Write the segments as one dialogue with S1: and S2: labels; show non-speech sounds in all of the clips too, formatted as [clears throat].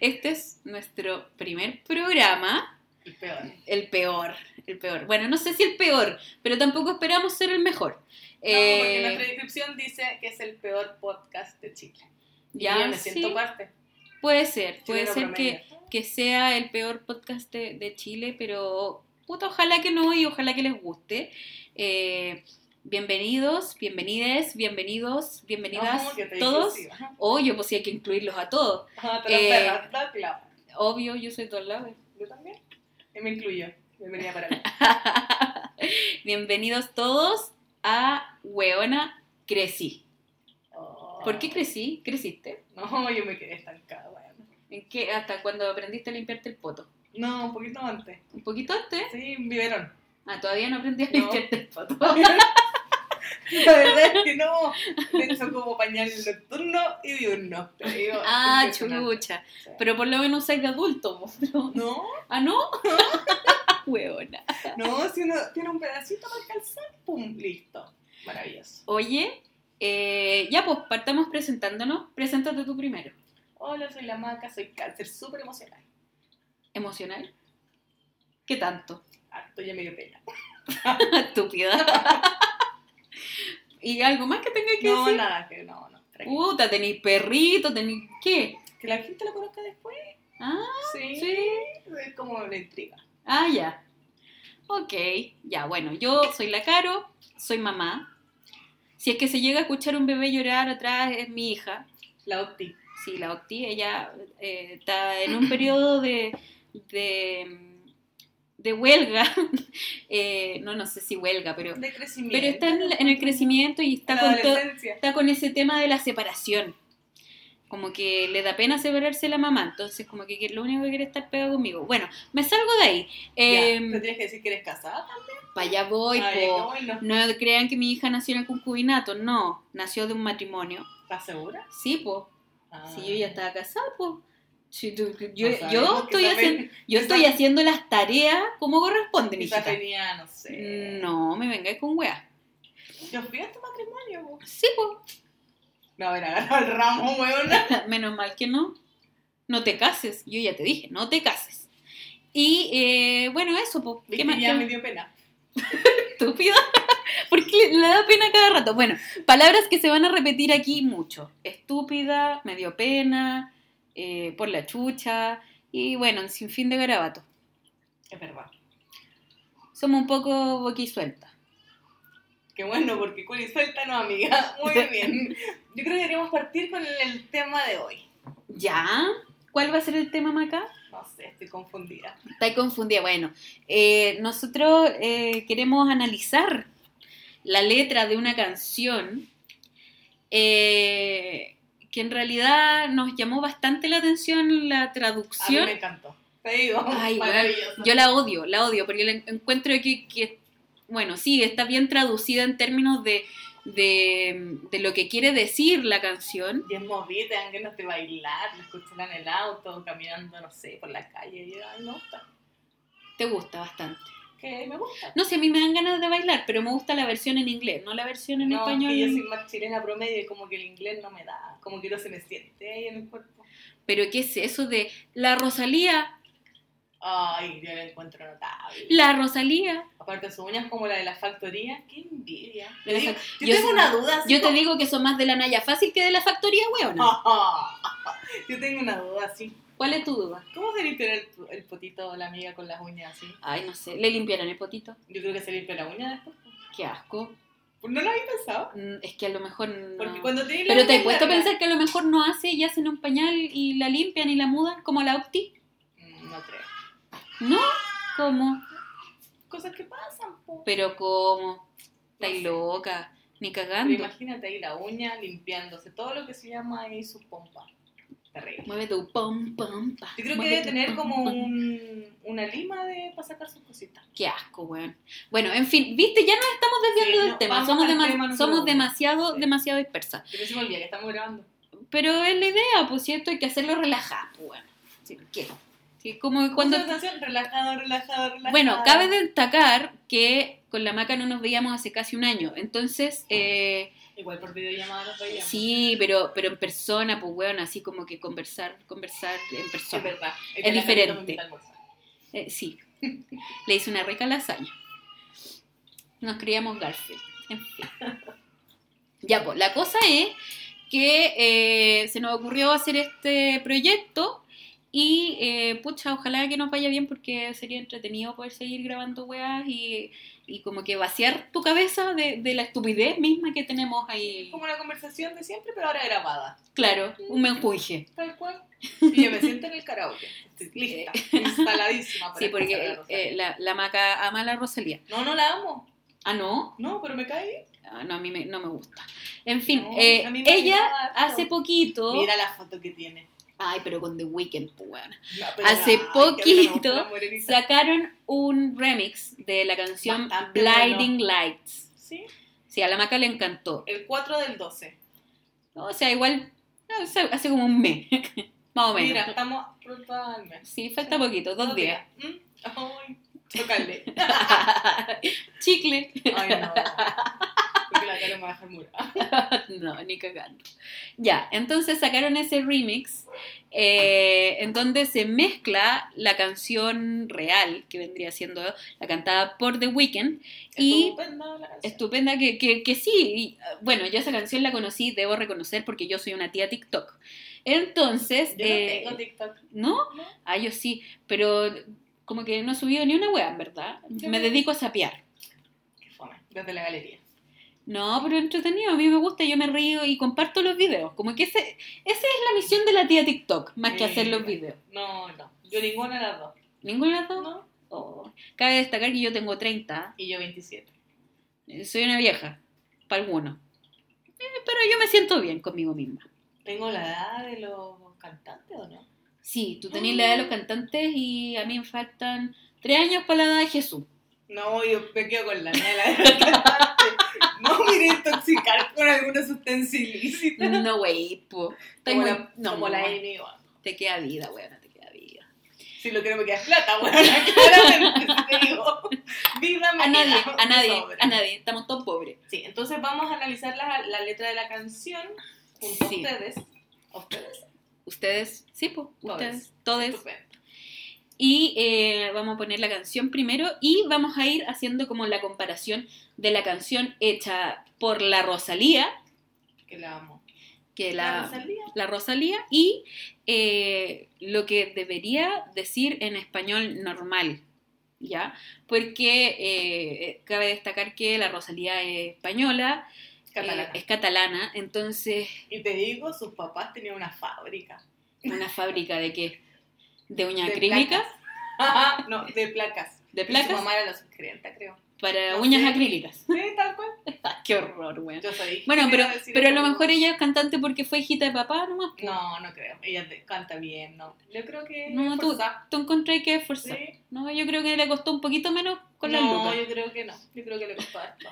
S1: Eh, [laughs] Este primer programa,
S2: El peor.
S1: el peor, el peor. Bueno, no sé si el peor, pero tampoco esperamos ser el mejor.
S2: no, porque
S1: Eh,
S2: nuestra descripción dice que es el peor podcast de Chile. Y
S1: ya,
S2: yo me siento
S1: sí,
S2: parte.
S1: puede ser, puede
S2: Chileno
S1: ser que,
S2: promedio.
S1: que sea el peor podcast de, de Chile, pero puta, ojalá que no y ojalá que les guste. Eh, bienvenidos, bienvenides, bienvenidos, bienvenidas
S2: Ojo, que te
S1: todos.
S2: dije sí. [laughs]
S1: O yo pues sí hay que incluirlos a todos.
S2: Ajá, te
S1: Eh,
S2: la perra, da clavo.
S1: Obvio, yo soy todos lados.
S2: Yo también. Y me incluyo. Bienvenida para mí.
S1: Bienvenidos todos a Hueona Crecí. [laughs] ¿Por
S2: Ah.
S1: qué crecí? ¿Creciste?
S2: Oh. No, yo me quedé estancada, weón.
S1: ¿En qué? ¿Hasta cuando aprendiste a limpiarte el poto?
S2: No, un poquito antes.
S1: ¿Un poquito antes?
S2: Sí,
S1: [laughs]
S2: un [laughs] biberón.
S1: Ah, todavía no aprendí a
S2: No.
S1: limpiarte el
S2: [laughs]
S1: poto.
S2: La verdad es que no. De hecho, como pañal nocturno y diurno. Te digo,
S1: Ah,
S2: impresionante.
S1: chucha.
S2: Sí.
S1: Pero por lo menos usáis de adulto. vos, ¿no?
S2: No,
S1: ¿Ah,
S2: [laughs]
S1: no? Hueona.
S2: no, si uno tiene un pedacito para calzar, pum, listo. Maravilloso.
S1: Oye, eh, ya pues, partamos presentándonos. Preséntate tú primero.
S2: Hola, soy la maca, soy cáncer, súper emocional.
S1: ¿Emocional? ¿Qué tanto? [laughs]
S2: Harto, ya me dio pena. [laughs]
S1: Estúpida. ¿Y algo más que tenga que
S2: No,
S1: decir?
S2: nada, que no, no. tranquilo.
S1: Puta, tenéis perrito, tenéis... ¿Qué?
S2: Que la gente lo conozca después.
S1: Ah,
S2: Sí.
S1: sí.
S2: Es como la intriga.
S1: Ah, ya. Ok, ya, bueno, yo soy la Caro, soy mamá. Si es que se llega a escuchar un bebé llorar atrás, es mi hija.
S2: La opti.
S1: Sí, la Octi, ella eh, está en
S2: [clears throat]
S1: un periodo de, de, de huelga. [laughs] Eh, no, no sé si huelga, pero,
S2: De crecimiento.
S1: pero está en, la- en el crecimiento y está
S2: La
S1: con todo.
S2: adolescencia.
S1: está con ese tema de la separación. Como que le da pena separarse la mamá, entonces como que que lo único que quiere es estar pegado conmigo. Bueno, me salgo de ahí.
S2: Ya, pero
S1: Eh,
S2: tienes que decir que eres casada.
S1: para allá voy,
S2: Ay,
S1: po.
S2: qué bueno.
S1: No crean que mi hija nació en el concubinato, no, nació de un matrimonio.
S2: ¿Estás segura?
S1: Sí, po.
S2: Ah.
S1: Si yo ya estaba casada, po. Si tú- yo,
S2: No
S1: yo
S2: sabemos,
S1: estoy
S2: quizás
S1: haciendo,
S2: ven-
S1: yo
S2: quizás-
S1: estoy haciendo las tareas como corresponde, mi
S2: Quizás
S1: hija.
S2: tenía, no sé.
S1: No, me vengáis con weá.
S2: Yo fui a tu matrimonio. po.
S1: Sí, po.
S2: No, a ver, agarra el ramo, weón.
S1: [laughs] Menos mal que no. No te cases. Yo ya te dije, no te cases. Y eh, bueno, eso, po. ¿Qué
S2: Viste,
S1: más?
S2: ya
S1: ¿Qué
S2: me
S1: más?
S2: dio pena.
S1: [laughs] Estúpida. Porque le da pena cada rato. Bueno, palabras que se van a repetir aquí mucho. Estúpida, me dio pena, eh, por la chucha. Y bueno, un sinfín de garabatos.
S2: Es verdad.
S1: Somos un poco boquisueltas.
S2: Qué bueno, porque cool y suelta, no, amiga.
S1: [laughs]
S2: Muy bien. Yo creo que deberíamos partir con el, el tema de hoy.
S1: ¿Ya? ¿Cuál va a ser el tema, Maca?
S2: No sé, estoy confundida.
S1: Está confundida. Bueno, eh, nosotros eh, queremos analizar la letra de una canción eh, que en realidad nos llamó bastante la atención la
S2: A mí
S1: traducción.
S2: me encantó. Te digo,
S1: Ay,
S2: maravilloso.
S1: weón, yo la odio, la odio, porque la en- encuentro que, que, bueno, sí, está bien traducida en términos de, de, de lo que quiere decir la canción.
S2: Y es movida, te dan ganas de bailar, lo escuchan en el auto, caminando, no sé, por la calle. Y ay, me gusta.
S1: Te gusta bastante.
S2: Que me gusta.
S1: No sé, a mí me dan ganas de bailar, pero me gusta la versión en inglés, no la versión en
S2: no, es
S1: español.
S2: que yo soy más chilena promedio y como que el inglés no me da, como que no se me siente ahí en el cuerpo.
S1: Pero ¿qué es eso de la Rosalía?
S2: Ay, yo la encuentro notable.
S1: La Rosalía.
S2: Aparte, sus uñas como la de la factoría, qué envidia.
S1: De la
S2: Yo,
S1: fac-
S2: yo
S1: yo
S2: tengo
S1: sé-
S2: una duda. así
S1: Yo te
S2: como- Ah.
S1: digo que son más de la Naya Fácil que de la factoría, weón.
S2: [laughs] yo tengo una duda así.
S1: ¿Cuál es tu duda?
S2: ¿Cómo se limpia el, el potito la amiga con las uñas así?
S1: Ay, no sé, le limpiaron el potito.
S2: Yo creo que se limpia la uña después.
S1: Qué asco.
S2: Pues no lo había pensado.
S1: Mm, Es que a lo mejor no.
S2: Porque cuando tiene
S1: Pero te he puesto a pensar que a lo mejor no hace y hacen un pañal y la limpian y la mudan como la Opti.
S2: Mm, No creo.
S1: No, ¿cómo?
S2: Cosas que pasan, po.
S1: Pero ¿cómo? Estáis loca, ni
S2: Pero
S1: cagando.
S2: imagínate ahí la uña limpiándose, todo lo que se llama ahí su pompa. Terrible.
S1: Mueve tu pom pom pa.
S2: Yo creo que
S1: Mueve
S2: debe
S1: tu
S2: tener
S1: pom,
S2: como
S1: pom.
S2: un, una lima de para sacar sus cositas.
S1: Qué asco, weón. Bueno, en fin, viste, ya nos estamos desviando
S2: Sí,
S1: del
S2: no,
S1: tema.
S2: vamos
S1: Somos,
S2: al
S1: dema-
S2: tema número
S1: somos
S2: uno.
S1: demasiado,
S2: Sí.
S1: demasiado dispersas.
S2: Pero se me olvida que estamos grabando.
S1: Pero es la idea, pues, ¿cierto? Hay que hacerlo relajado, pues, bueno. Sí, ¿Qué? Si Que como cuando...
S2: Una sensación relajado, relajado, relajado.
S1: Bueno, cabe destacar que con la maca no nos veíamos hace casi un año. Entonces, eh,
S2: Igual por videollamada nos veíamos.
S1: sí, pero, pero en persona, pues weón, así como que conversar, conversar en
S2: es
S1: persona.
S2: verdad. Este
S1: Es
S2: que la gente
S1: diferente.
S2: nos invita a almorzar.
S1: Eh, sí, le hice una rica lasaña. Nos creíamos Garfield. En fin. Ya, pues, la cosa es que eh, se nos ocurrió hacer este proyecto y, eh, pucha, ojalá que nos vaya bien porque sería entretenido poder seguir grabando weas y, y como que vaciar tu cabeza de, de la estupidez misma que tenemos ahí.
S2: Como una conversación de siempre, pero ahora grabada.
S1: Claro, un menjuje.
S2: Tal
S1: [laughs]
S2: cual. Y yo me siento en el karaoke. Estoy Lista. Instaladísima. para
S1: Sí,
S2: escuchar a
S1: porque
S2: la Rosalía.
S1: eh, la, la maca ama a la Rosalía.
S2: No, no la amo.
S1: Ah, no,
S2: No, pero me cae bien.
S1: Ah, no, a mí me- no me gusta. En fin,
S2: No,
S1: eh,
S2: a mí me
S1: ella
S2: agrada harto.
S1: hace poquito.
S2: Mira la foto que tiene.
S1: Ay, pero con The Weeknd, pues, weón.
S2: No, pero-
S1: Hace
S2: ay, que a mí no me gusta
S1: poquito
S2: la morenita.
S1: Sacaron un remix de la canción
S2: Bastante
S1: Blinding Lights.
S2: Sí.
S1: Sí, a la maca le encantó.
S2: El 4 del 12.
S1: O sea, igual, no, o sea, hace como un mes, [laughs] más o menos.
S2: Mira, estamos pronto al mes.
S1: Sí, falta poquito, dos días.
S2: Mm, Ay, chocale.
S1: Chicle.
S2: Ay, no. Porque la cara me va a dejar murada.
S1: no, ni cagando. Ya, entonces sacaron ese remix eh, en donde se mezcla la canción real, que vendría siendo la cantada por The Weeknd, y
S2: Estupenda la canción.
S1: estupenda que, que, que sí. y, ah, bueno, yo esa canción la conocí, debo reconocer, porque yo soy una tía TikTok. Entonces,
S2: Yo
S1: eh,
S2: no tengo TikTok.
S1: ¿no?
S2: No.
S1: Ah, yo sí, pero como que no he subido ni una wea, en verdad.
S2: Yo
S1: Me
S2: no.
S1: dedico a sapear.
S2: Qué fome. Desde la galería.
S1: No, pero entretenido, a mí me gusta, yo me río y comparto los videos. Como que ese, esa es la misión de la tía TikTok, más que hacer los
S2: Sí.
S1: videos.
S2: No, no. Yo ninguna de las dos.
S1: ¿Ninguna de las dos?
S2: No.
S1: Oh. Cabe destacar que yo tengo 30,
S2: Y yo 27.
S1: eh, soy una vieja, para algunos. Eh, pero yo me siento bien conmigo misma.
S2: ¿Tengo la edad de los cantantes o no?
S1: Sí, tú tenés la edad de los cantantes y a mí me faltan tres años para la edad de
S2: [laughs]
S1: Jesús.
S2: No, yo me quedo con la mía, la de los cantantes. No me iré a intoxicar con alguna sustancia ilícita.
S1: No, güey, po. Estoy
S2: como
S1: muy-
S2: la,
S1: Mm, no,
S2: como la
S1: mamá,
S2: Amy Winehouse.
S1: te queda vida, weón, te queda vida.
S2: Si lo que no me queda es plata, bueno, [laughs] claramente te digo. Vida me
S1: A nadie,
S2: queda,
S1: a
S2: [laughs] me
S1: nadie,
S2: sobra.
S1: a nadie, estamos todos pobres.
S2: Sí, entonces vamos a analizar la, la letra de la canción junto
S1: Sí.
S2: a ustedes. ¿A ustedes?
S1: Ustedes, sí, po, ustedes, todos.
S2: Estupendo.
S1: Y eh, vamos a poner la canción primero y vamos a ir haciendo como la comparación de la canción hecha por la Rosalía,
S2: Que la amo.
S1: que
S2: La
S1: la,
S2: Rosalía.
S1: la Rosalía, y eh, lo que debería decir en español normal, ¿ya? Porque eh, cabe destacar que la Rosalía es española,
S2: Catalana.
S1: eh, es catalana, entonces
S2: Y te digo, sus papás tenían una fábrica.
S1: una fábrica de qué? De uña
S2: De
S1: acrílica,
S2: placas. no, de placas.
S1: de
S2: Y su
S1: placas
S2: mamá era la subgerente, creo.
S1: para
S2: no
S1: uñas
S2: sé.
S1: acrílicas.
S2: Sí, tal cual.
S1: Qué horror, weón.
S2: Yo soy.
S1: Bueno, pero,
S2: quiero decir
S1: pero a
S2: eso.
S1: lo mejor ella es cantante porque fue hijita de papá nomás.
S2: No, no creo. Ella te- canta bien, no. Yo creo que.
S1: No, tú-
S2: forzada.
S1: Tú encontré que esforzar.
S2: Sí.
S1: No, yo creo que le costó un poquito menos con la
S2: no,
S1: lucas.
S2: yo creo que no. Yo creo que le costó esto.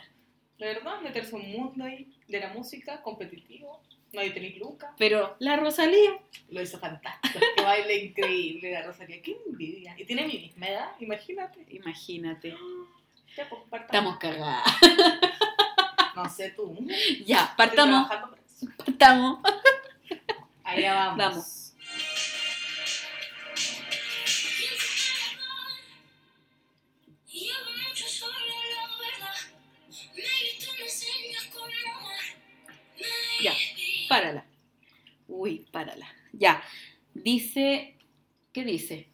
S2: La verdad, meterse un mundo ahí de la música competitivo. No hay tenis lucas.
S1: Pero la Rosalía,
S2: Lo hizo fantástico. Que baile increíble la Rosalía. Qué envidia. Y tiene mi misma edad, imagínate.
S1: imagínate.
S2: Ya, pues partamos.
S1: Estamos cagadas. [laughs]
S2: No sé tú.
S1: Ya,
S2: Estoy
S1: partamos,
S2: trabajando por eso.
S1: partamos.
S2: Allá vamos.
S1: Vamos.
S3: Y hago mucho sobre la verdad. Me tú me enseñas cómo amar.
S1: Ya, párala. Uy, párala. Ya. Dice, ¿qué dice?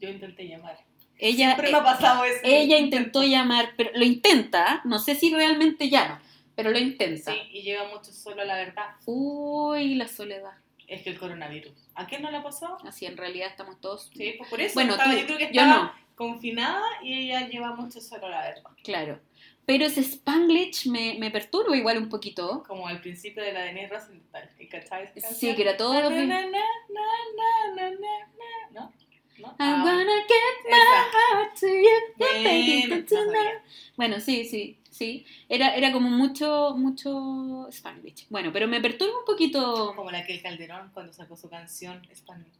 S2: Yo intenté llamar.
S1: Ella, eh,
S2: Pero me ha pasado eso.
S1: Ah, ella intentó llamar, pero lo intenta, ¿ah? no sé si realmente llama, pero lo intenta.
S2: Sí, y llega mucho solo, la verdad.
S1: Uy, la soledad.
S2: Es que el coronavirus. ¿A quién no le ha pasado?
S1: Así en realidad estamos todos.
S2: Sí, pues por eso.
S1: Bueno,
S2: estaba-
S1: tú,
S2: yo creo que
S1: yo
S2: estaba
S1: no.
S2: confinada y ella lleva mucho solo, la verdad.
S1: Claro. Pero ese Spanglish me, me perturba igual un poquito.
S2: como al principio de la Denise Rosenthal. ¿Y cachai? esa
S1: Sí,
S2: canción?
S1: que era todo lo
S2: Na,
S1: mismo.
S2: na, na, na, na, na, na, na. ¿No? ¿No?
S1: I
S2: Ah,
S1: wanna get
S2: esa.
S1: back to you, baby,
S2: Bueno, no
S1: tonight.
S2: sabía.
S1: Bueno, sí, sí, sí. Era, era como mucho, mucho Spanglish. Bueno, pero me perturba un poquito.
S2: Como la que el Calderón cuando sacó su canción Spanish.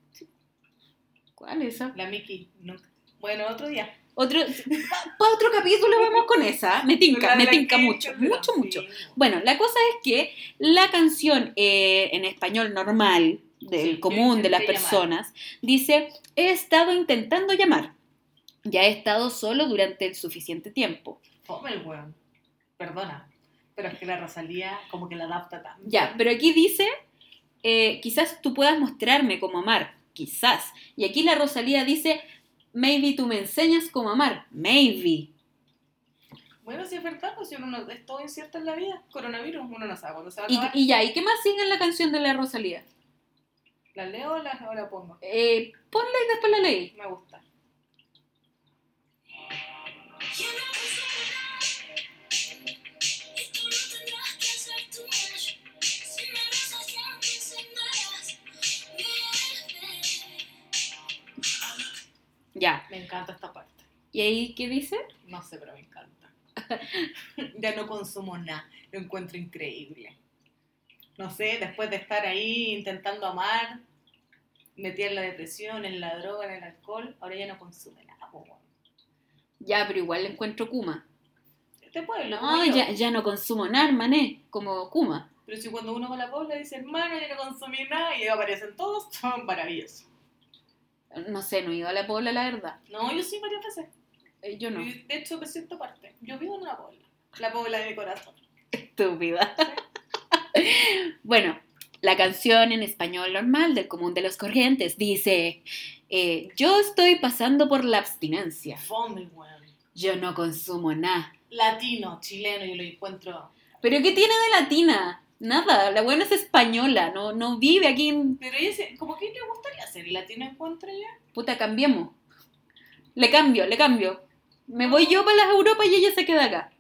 S1: ¿Cuál es esa?
S2: La Mickey. no. Bueno, otro día. [laughs]
S1: Otro, para otro capítulo vamos con esa. Me tinca,
S2: La
S1: me
S2: de la
S1: tinca
S2: que-
S1: mucho,
S2: sí,
S1: mucho, mucho.
S2: sí.
S1: Bueno, la cosa es que la canción eh, en español normal, del
S2: Sí,
S1: común de las
S2: intenté llamar.
S1: personas, dice, he estado intentando llamar. Ya he estado solo durante el suficiente tiempo.
S2: Toma el weón. Perdona. Pero es que la Rosalía como que la adapta tan.
S1: Ya, pero aquí dice, eh, quizás tú puedas mostrarme cómo amar, quizás. Y aquí la Rosalía dice, maybe tú me enseñas cómo amar, maybe.
S2: Bueno, si es verdad, pues si uno no, es todo incierto en la vida. Coronavirus, uno no sabe cuándo se va a
S1: Y,
S2: acabar.
S1: y ya, ¿y qué más sigue en la canción de la Rosalía?
S2: ¿La leo o la, o la pongo?
S1: Eh, ponla y después la leí.
S2: Me gusta.
S3: Ya no funcionará. Y tú no tendrás que hacer tu match. Si me rozas ya me encenderás. Vuelve.
S1: Ya.
S2: Me encanta esta parte.
S1: ¿Y ahí qué dice?
S2: No sé, pero me encanta. [laughs] ya no consumo nada. Lo encuentro increíble. No sé, después de estar ahí intentando amar, metida en la depresión, en la droga, en el alcohol, ahora ya no consume nada. po, weón.
S1: Ya, pero igual encuentro Kuma.
S2: Este pueblo. como
S1: No,
S2: yo.
S1: Ah, ya, ya no consumo Narmané, como Kuma.
S2: Pero si cuando uno va a la pobla dice, hermano, yo no consumí nada y aparecen todos, [laughs] son maravillosos.
S1: No sé, no he ido a la Pobla, la verdad.
S2: No, yo sí varias veces.
S1: Eh, Yo no.
S2: Y de hecho me siento parte. Yo vivo en una pobla. La pobla de mi corazón.
S1: Estúpida. [laughs] bueno, la canción en español normal del común de los corrientes dice: eh, Yo estoy pasando por la abstinencia.
S2: Fome, weón.
S1: Yo no consumo nada.
S2: Latino, chileno, yo lo encuentro.
S1: ¿Pero qué tiene de latina? Nada, la buena es española, no, no vive aquí en.
S2: Pero ella se- como que le gustaría ser latino encuentro ya.
S1: Puta, cambiemos. Le cambio, le cambio. Me voy yo para las Europas y ella se queda acá.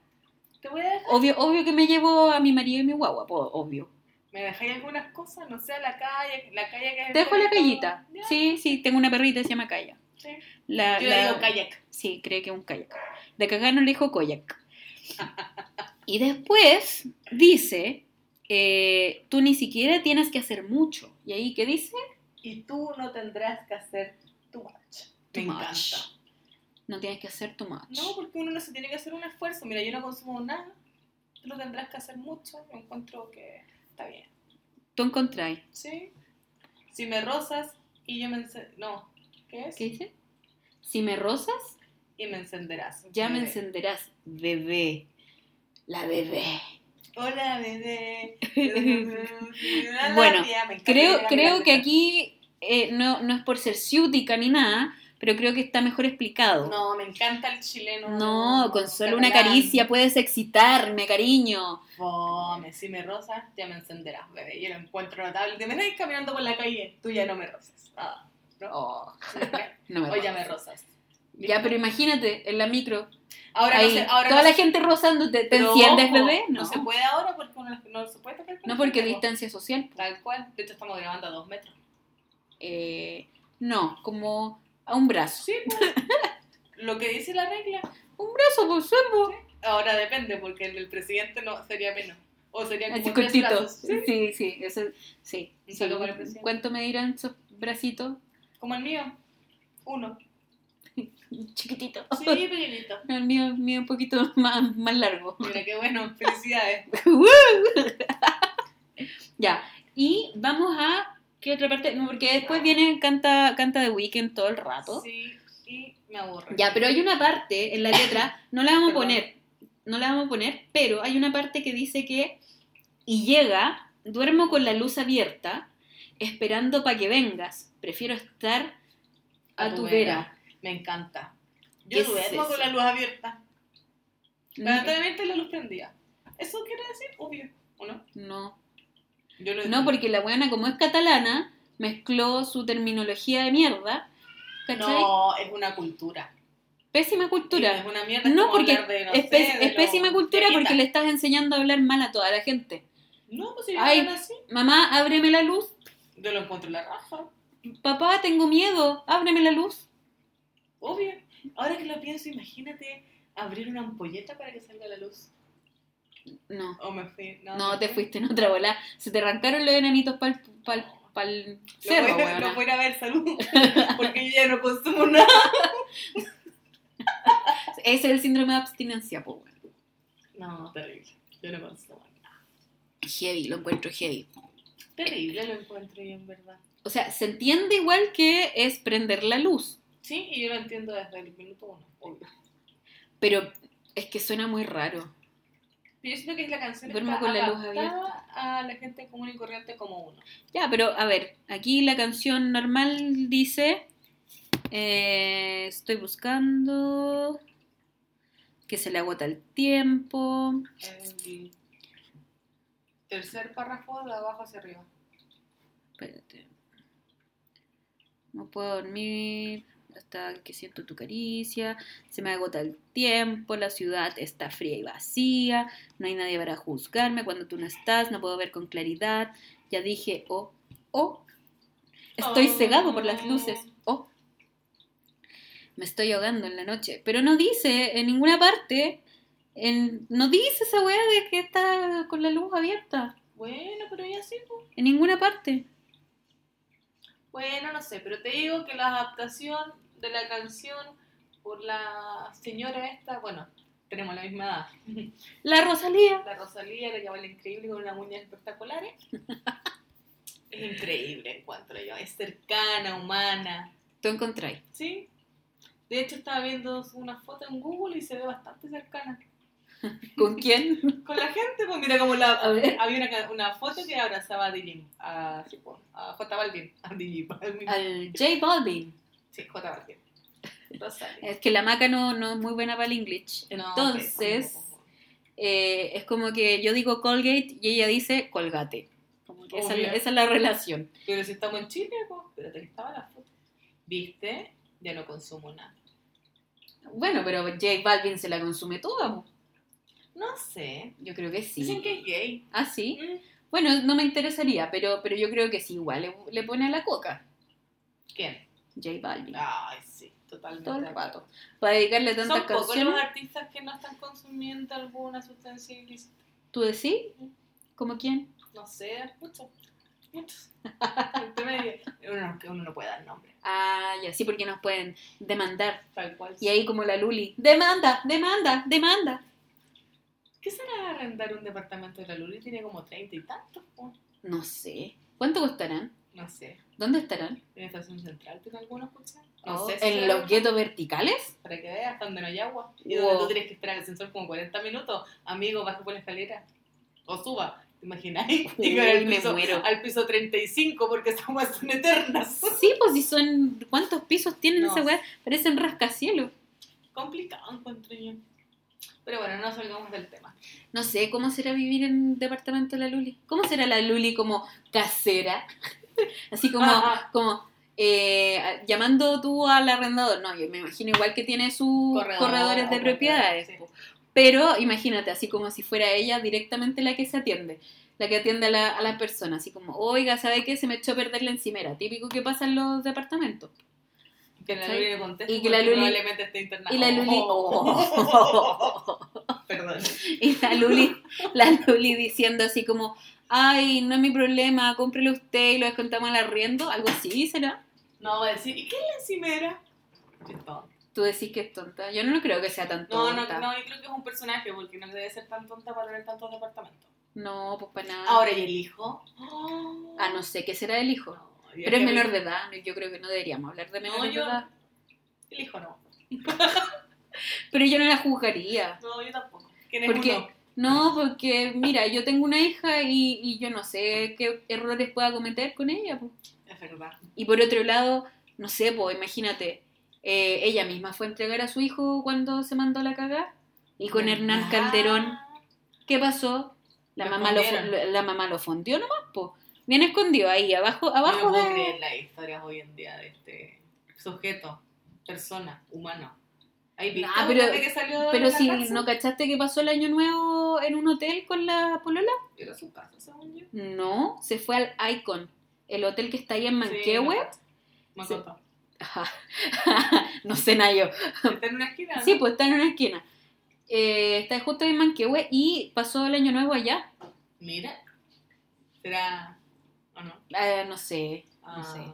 S2: Te voy a dejar.
S1: Obvio, obvio que me llevo a mi marido y mi guagua, po, obvio.
S2: Me dejáis algunas cosas, no sé, a la calle, la calle que
S1: Te dejo la callita.
S2: Ya,
S1: Sí, sí, tengo una perrita que se llama Calla.
S2: sí.
S1: La,
S2: Yo
S1: la-
S2: le digo kayak.
S1: Sí, cree que es un kayak. De cagar no le dijo kayak. [laughs] Y después dice, eh, tú ni siquiera tienes que hacer mucho. ¿Y ahí qué dice?
S2: Y tú no tendrás que hacer tu match.
S1: Too
S2: Me
S1: much.
S2: encanta.
S1: No tienes que hacer too much.
S2: No, porque uno no se tiene que hacer un esfuerzo. Mira, yo no consumo nada. Tú lo tendrás que hacer mucho. Yo encuentro que está bien.
S1: Tú encontráis.
S2: ¿Sí? Si me rozas y yo me encenderás. No, ¿qué es?
S1: ¿Qué dice? Si me rozas,
S2: Y me encenderás.
S1: ya me
S2: Bebé.
S1: encenderás, bebé. La bebé.
S2: Hola,
S1: [laughs]
S2: bebé.
S1: Bueno,
S2: me encanta
S1: Creo,
S2: la
S1: creo que
S2: gráfica.
S1: aquí eh, no, no es por ser ciútica ni nada, pero creo que está mejor explicado.
S2: No, me encanta el chileno.
S1: No, con solo una
S2: catalán.
S1: caricia puedes excitarme, cariño.
S2: Fome, si me rozas, ya me encenderás, bebé. Yo lo encuentro notable. Te venís caminando por la calle, tú ya no me rozas.
S1: [laughs]
S2: Ah, no.
S1: Oh,
S2: Sí, ya.
S1: no me
S2: O ya
S1: acuerdo.
S2: me rozas.
S1: Ya, pero imagínate, en la micro,
S2: Ahora
S1: ahí,
S2: no sé, ahora
S1: toda
S2: no
S1: la gente rozándote, ¿te
S2: Pero,
S1: enciendes,
S2: ojo,
S1: bebé? No,
S2: No se puede ahora porque uno no se puede tocar. con
S1: no
S2: la
S1: porque
S2: gente,
S1: distancia social.
S2: po. Tal cual. De hecho, estamos grabando a dos metros.
S1: eh, no, como a un brazo.
S2: Sí, pues. Lo que dice la regla.
S1: Un brazo, pues, por supuesto.
S2: Ahora depende, porque el del presidente no sería menos. O sería como
S1: Así
S2: tres
S1: cortito.
S2: brazos.
S1: Sí, sí, eso, sí.
S2: Un
S1: sí.
S2: saludo para el presidente.
S1: ¿Cuánto me dirán esos bracitos?
S2: Como el mío. Uno.
S1: Chiquitito. [laughs]
S2: Sí, pequeñito.
S1: El mío, el mío un poquito [laughs] más, más largo. [laughs]
S2: Mira qué bueno. Felicidades.
S1: ¡Woo! ya, y vamos a... ¿Qué otra parte? No, porque después viene canta, canta The Weeknd todo el rato.
S2: Sí, y me aburre.
S1: Ya, pero hay una parte en la letra, no la vamos a
S2: Perdón.
S1: poner, no la vamos a poner, pero hay una parte que dice que y llega, duermo con la luz abierta, esperando para que vengas, prefiero estar a, tu vera.
S2: Me encanta.
S1: ¿Qué
S2: Yo
S1: es
S2: duermo
S1: eso? Mm.
S2: con la luz abierta. La luz
S1: No,
S2: abierta y la luz prendida. ¿Eso quiere decir? Obvio. ¿O no?
S1: no,
S2: Yo lo
S1: no, porque la buena como es catalana, mezcló su terminología de mierda, ¿cachai?
S2: No, es una cultura.
S1: Pésima
S2: Sí,
S1: cultura.
S2: Es una mierda. es
S1: No,
S2: como
S1: porque
S2: hablar de, no
S1: es,
S2: sé,
S1: pés-
S2: de
S1: es
S2: lo-
S1: pésima cultura
S2: de
S1: porque
S2: Anita.
S1: le estás enseñando a hablar mal a toda la gente.
S2: No, pues si
S1: Ay.
S2: hablan así,
S1: Mamá, ábreme la luz.
S2: yo lo encuentro la raja.
S1: Papá, tengo miedo, ábreme la luz.
S2: Obvio. Ahora que lo pienso, imagínate abrir una ampolleta para que salga la luz.
S1: No,
S2: O me fui. No,
S1: no,
S2: me
S1: te
S2: fui.
S1: fuiste en otra bola. Se te arrancaron los enanitos para el,
S2: No.
S1: el
S2: Lo
S1: cerro,
S2: voy, a- lo
S1: weona.
S2: voy a ir a ver,
S1: [laughs]
S2: salud. Porque yo ya no consumo nada.
S1: Ese es el síndrome de abstinencia, po, weona.
S2: No, terrible. Yo no consumo nada.
S1: Heavy, lo encuentro heavy.
S2: Terrible lo encuentro yo, en verdad.
S1: O sea, se entiende igual que es prender la luz,
S2: Sí, y yo lo entiendo desde el minuto uno, obvio.
S1: pero es que suena muy raro.
S2: Pero yo siento que es la canción
S1: Duermo
S2: está
S1: con la luz
S2: adaptada a la gente común y corriente como uno.
S1: Ya, pero a ver, aquí la canción normal dice, eh, estoy buscando que se le agota el tiempo.
S2: El tercer párrafo de abajo hacia arriba.
S1: Espérate. No puedo dormir hasta que siento tu caricia. Se me agota el tiempo. La ciudad está fría y vacía. No hay nadie para juzgarme cuando tú no estás. No puedo ver con claridad. Ya dije, oh, oh. Estoy
S2: Oh.
S1: cegado por las luces. Oh. Me estoy ahogando en la noche. Pero no dice en ninguna parte. en- no dice esa weá de que está con la luz abierta.
S2: Bueno, pero ya sí, pues.
S1: En ninguna parte.
S2: Bueno, no sé, pero te digo que la adaptación de la canción por la señora esta, bueno, tenemos la misma edad.
S1: La Rosalía.
S2: La Rosalía, la que baila increíble con unas uñas [laughs] espectaculares. ¿eh? es increíble, encuentro yo. Es cercana, humana,
S1: Tú encontráis.
S2: ¿sí? De hecho, estaba viendo una foto en Google y se ve bastante cercana.
S1: ¿Con
S2: [laughs]
S1: quién?
S2: Con la gente, pues mira como la...
S1: A ver.
S2: Había una, ca- una foto que abrazaba a Dilim, a, a J Balvin, a Dilim, Balvin.
S1: Al J Balvin.
S2: Sí, J Balvin. Rosalía.
S1: Es que la maca no, no es muy buena para el English. Entonces, eh, es como que yo digo Colgate y ella dice Colgate. Como que esa, es la-
S2: Obvio.
S1: esa es la relación.
S2: Pero si estamos en Chile, pues, espérate que estaba la foto. ¿Viste? Ya no consumo nada.
S1: Bueno, pero J Balvin se la consume toda. po.
S2: No sé.
S1: Yo creo que
S2: Dicen
S1: sí.
S2: que es gay.
S1: Ah, sí.
S2: Mm,
S1: Bueno, no me interesaría, pero, pero yo creo que sí. Igual le, le pone a la coca.
S2: ¿Quién?
S1: J Balvin.
S2: Ay, sí, totalmente.
S1: Todo el
S2: de acuerdo.
S1: rato. Para dedicarle
S2: Ah, Son
S1: tantas
S2: pocos los
S1: canciones.
S2: artistas que no están consumiendo alguna sustancia ilícita.
S1: ¿Tú decís? ¿Como quién?
S2: No sé, muchos.
S1: [laughs]
S2: Muchos. Entre medio. uno, no- uno no puede dar nombre.
S1: Ah, ya, sí, porque nos pueden demandar.
S2: Tal cual.
S1: Y ahí como la Luli, demanda, demanda, demanda.
S2: ¿Qué será arrendar un departamento de la Luli? Tiene como 30 y tantos. po.
S1: No sé. ¿Cuánto costarán?
S2: No sé.
S1: ¿Dónde estarán?
S2: ¿En estación central tiene algunos coches?
S1: Oh,
S2: sé. si
S1: ¿En
S2: será
S1: los
S2: alguno.
S1: guetos verticales?
S2: Para que veas donde no hay agua. Y
S1: Wow.
S2: donde tú tienes que esperar el ascensor como 40 minutos. Amigo, baja por la escalera. O suba. ¿Te [laughs] imagináis?
S1: Uy,
S2: Llegar al
S1: me [laughs]
S2: piso,
S1: muero.
S2: al piso 35 porque esas aguas son eternas.
S1: Sí, pues si son... ¿Cuántos pisos tienen
S2: No.
S1: esa weá? Parecen rascacielos.
S2: [laughs] Complicado encuentro yo. Pero bueno, no salgamos del tema.
S1: No sé, ¿cómo será vivir en un departamento de la Luli? ¿Cómo será la Luli como casera? [laughs] Así como,
S2: Ajá.
S1: como eh, llamando tú al arrendador. No, yo me imagino igual que tiene sus
S2: Corredor,
S1: corredores de
S2: o
S1: propiedades.
S2: corredor,
S1: po. Pero imagínate, así como si fuera ella directamente la que se atiende, la que atiende a la, a las personas, así como, oiga, ¿sabe qué? Se me echó a perder la encimera, típico que pasa en los departamentos.
S2: Que la
S1: Sí.
S2: Luli le conteste.
S1: Y que la
S2: porque
S1: Luli-
S2: Probablemente esté internada. Oh.
S1: Y la Luli, [laughs] Oh.
S2: [laughs] Perdón.
S1: y la Luli, la Luli diciendo así como, ay, no es mi problema, cómprelo usted y lo descontamos al arriendo, algo así, ¿será?
S2: No, va a decir, ¿y qué es la encimera? Chistón.
S1: Tú decís que es tonta, yo no creo que sea tan
S2: No, no,
S1: tonta.
S2: no, yo creo que es un personaje porque no debe ser tan tonta para tener tantos departamentos.
S1: No, pues para nada.
S2: Ahora, ¿y el hijo?
S1: Ah, no sé, ¿qué será el hijo?
S2: No, yo
S1: Pero es
S2: que-
S1: menor de edad, yo creo que no deberíamos hablar de menor
S2: No,
S1: de
S2: yo.
S1: edad.
S2: El hijo no.
S1: Pero yo no la juzgaría.
S2: No, yo tampoco. ¿Quién es
S1: Porque,
S2: uno?
S1: No, porque mira, yo tengo una hija y, y yo no sé qué errores pueda cometer con ella. pues. po.
S2: Es verdad.
S1: Y por otro lado, no sé, pues imagínate, eh, ella misma fue a entregar a su hijo cuando se mandó la cagá. Y con Hernán
S2: Ah,
S1: Calderón, ¿qué pasó? La
S2: Lo
S1: mamá lo, fo-
S2: escondieron.
S1: la mamá lo fondió nomás, po. Bien escondido ahí, abajo,
S2: Yo no
S1: abajo
S2: puedo
S1: de-
S2: creer las historias hoy en día de este sujeto, persona, humano. ¿Hay visto
S1: Nah, Ah, pero-
S2: desde que salió de
S1: Pero
S2: la
S1: si
S2: cárcel?
S1: no cachaste que pasó el año nuevo en un hotel con la polola.
S2: Era su casa, según yo.
S1: No, se fue al Icon, el hotel que está ahí en
S2: Sí,
S1: Manquehue. [laughs]
S2: no, Me
S1: Sí.
S2: contó.
S1: Ajá. no sé, Nayo.
S2: Está en una esquina.
S1: Sí,
S2: ¿no?
S1: pues está en una esquina. Eh, está justo en Manquehue y pasó el año nuevo allá.
S2: Mira. Será ¿o no?
S1: Eh, no sé,
S2: Ah,
S1: no sé.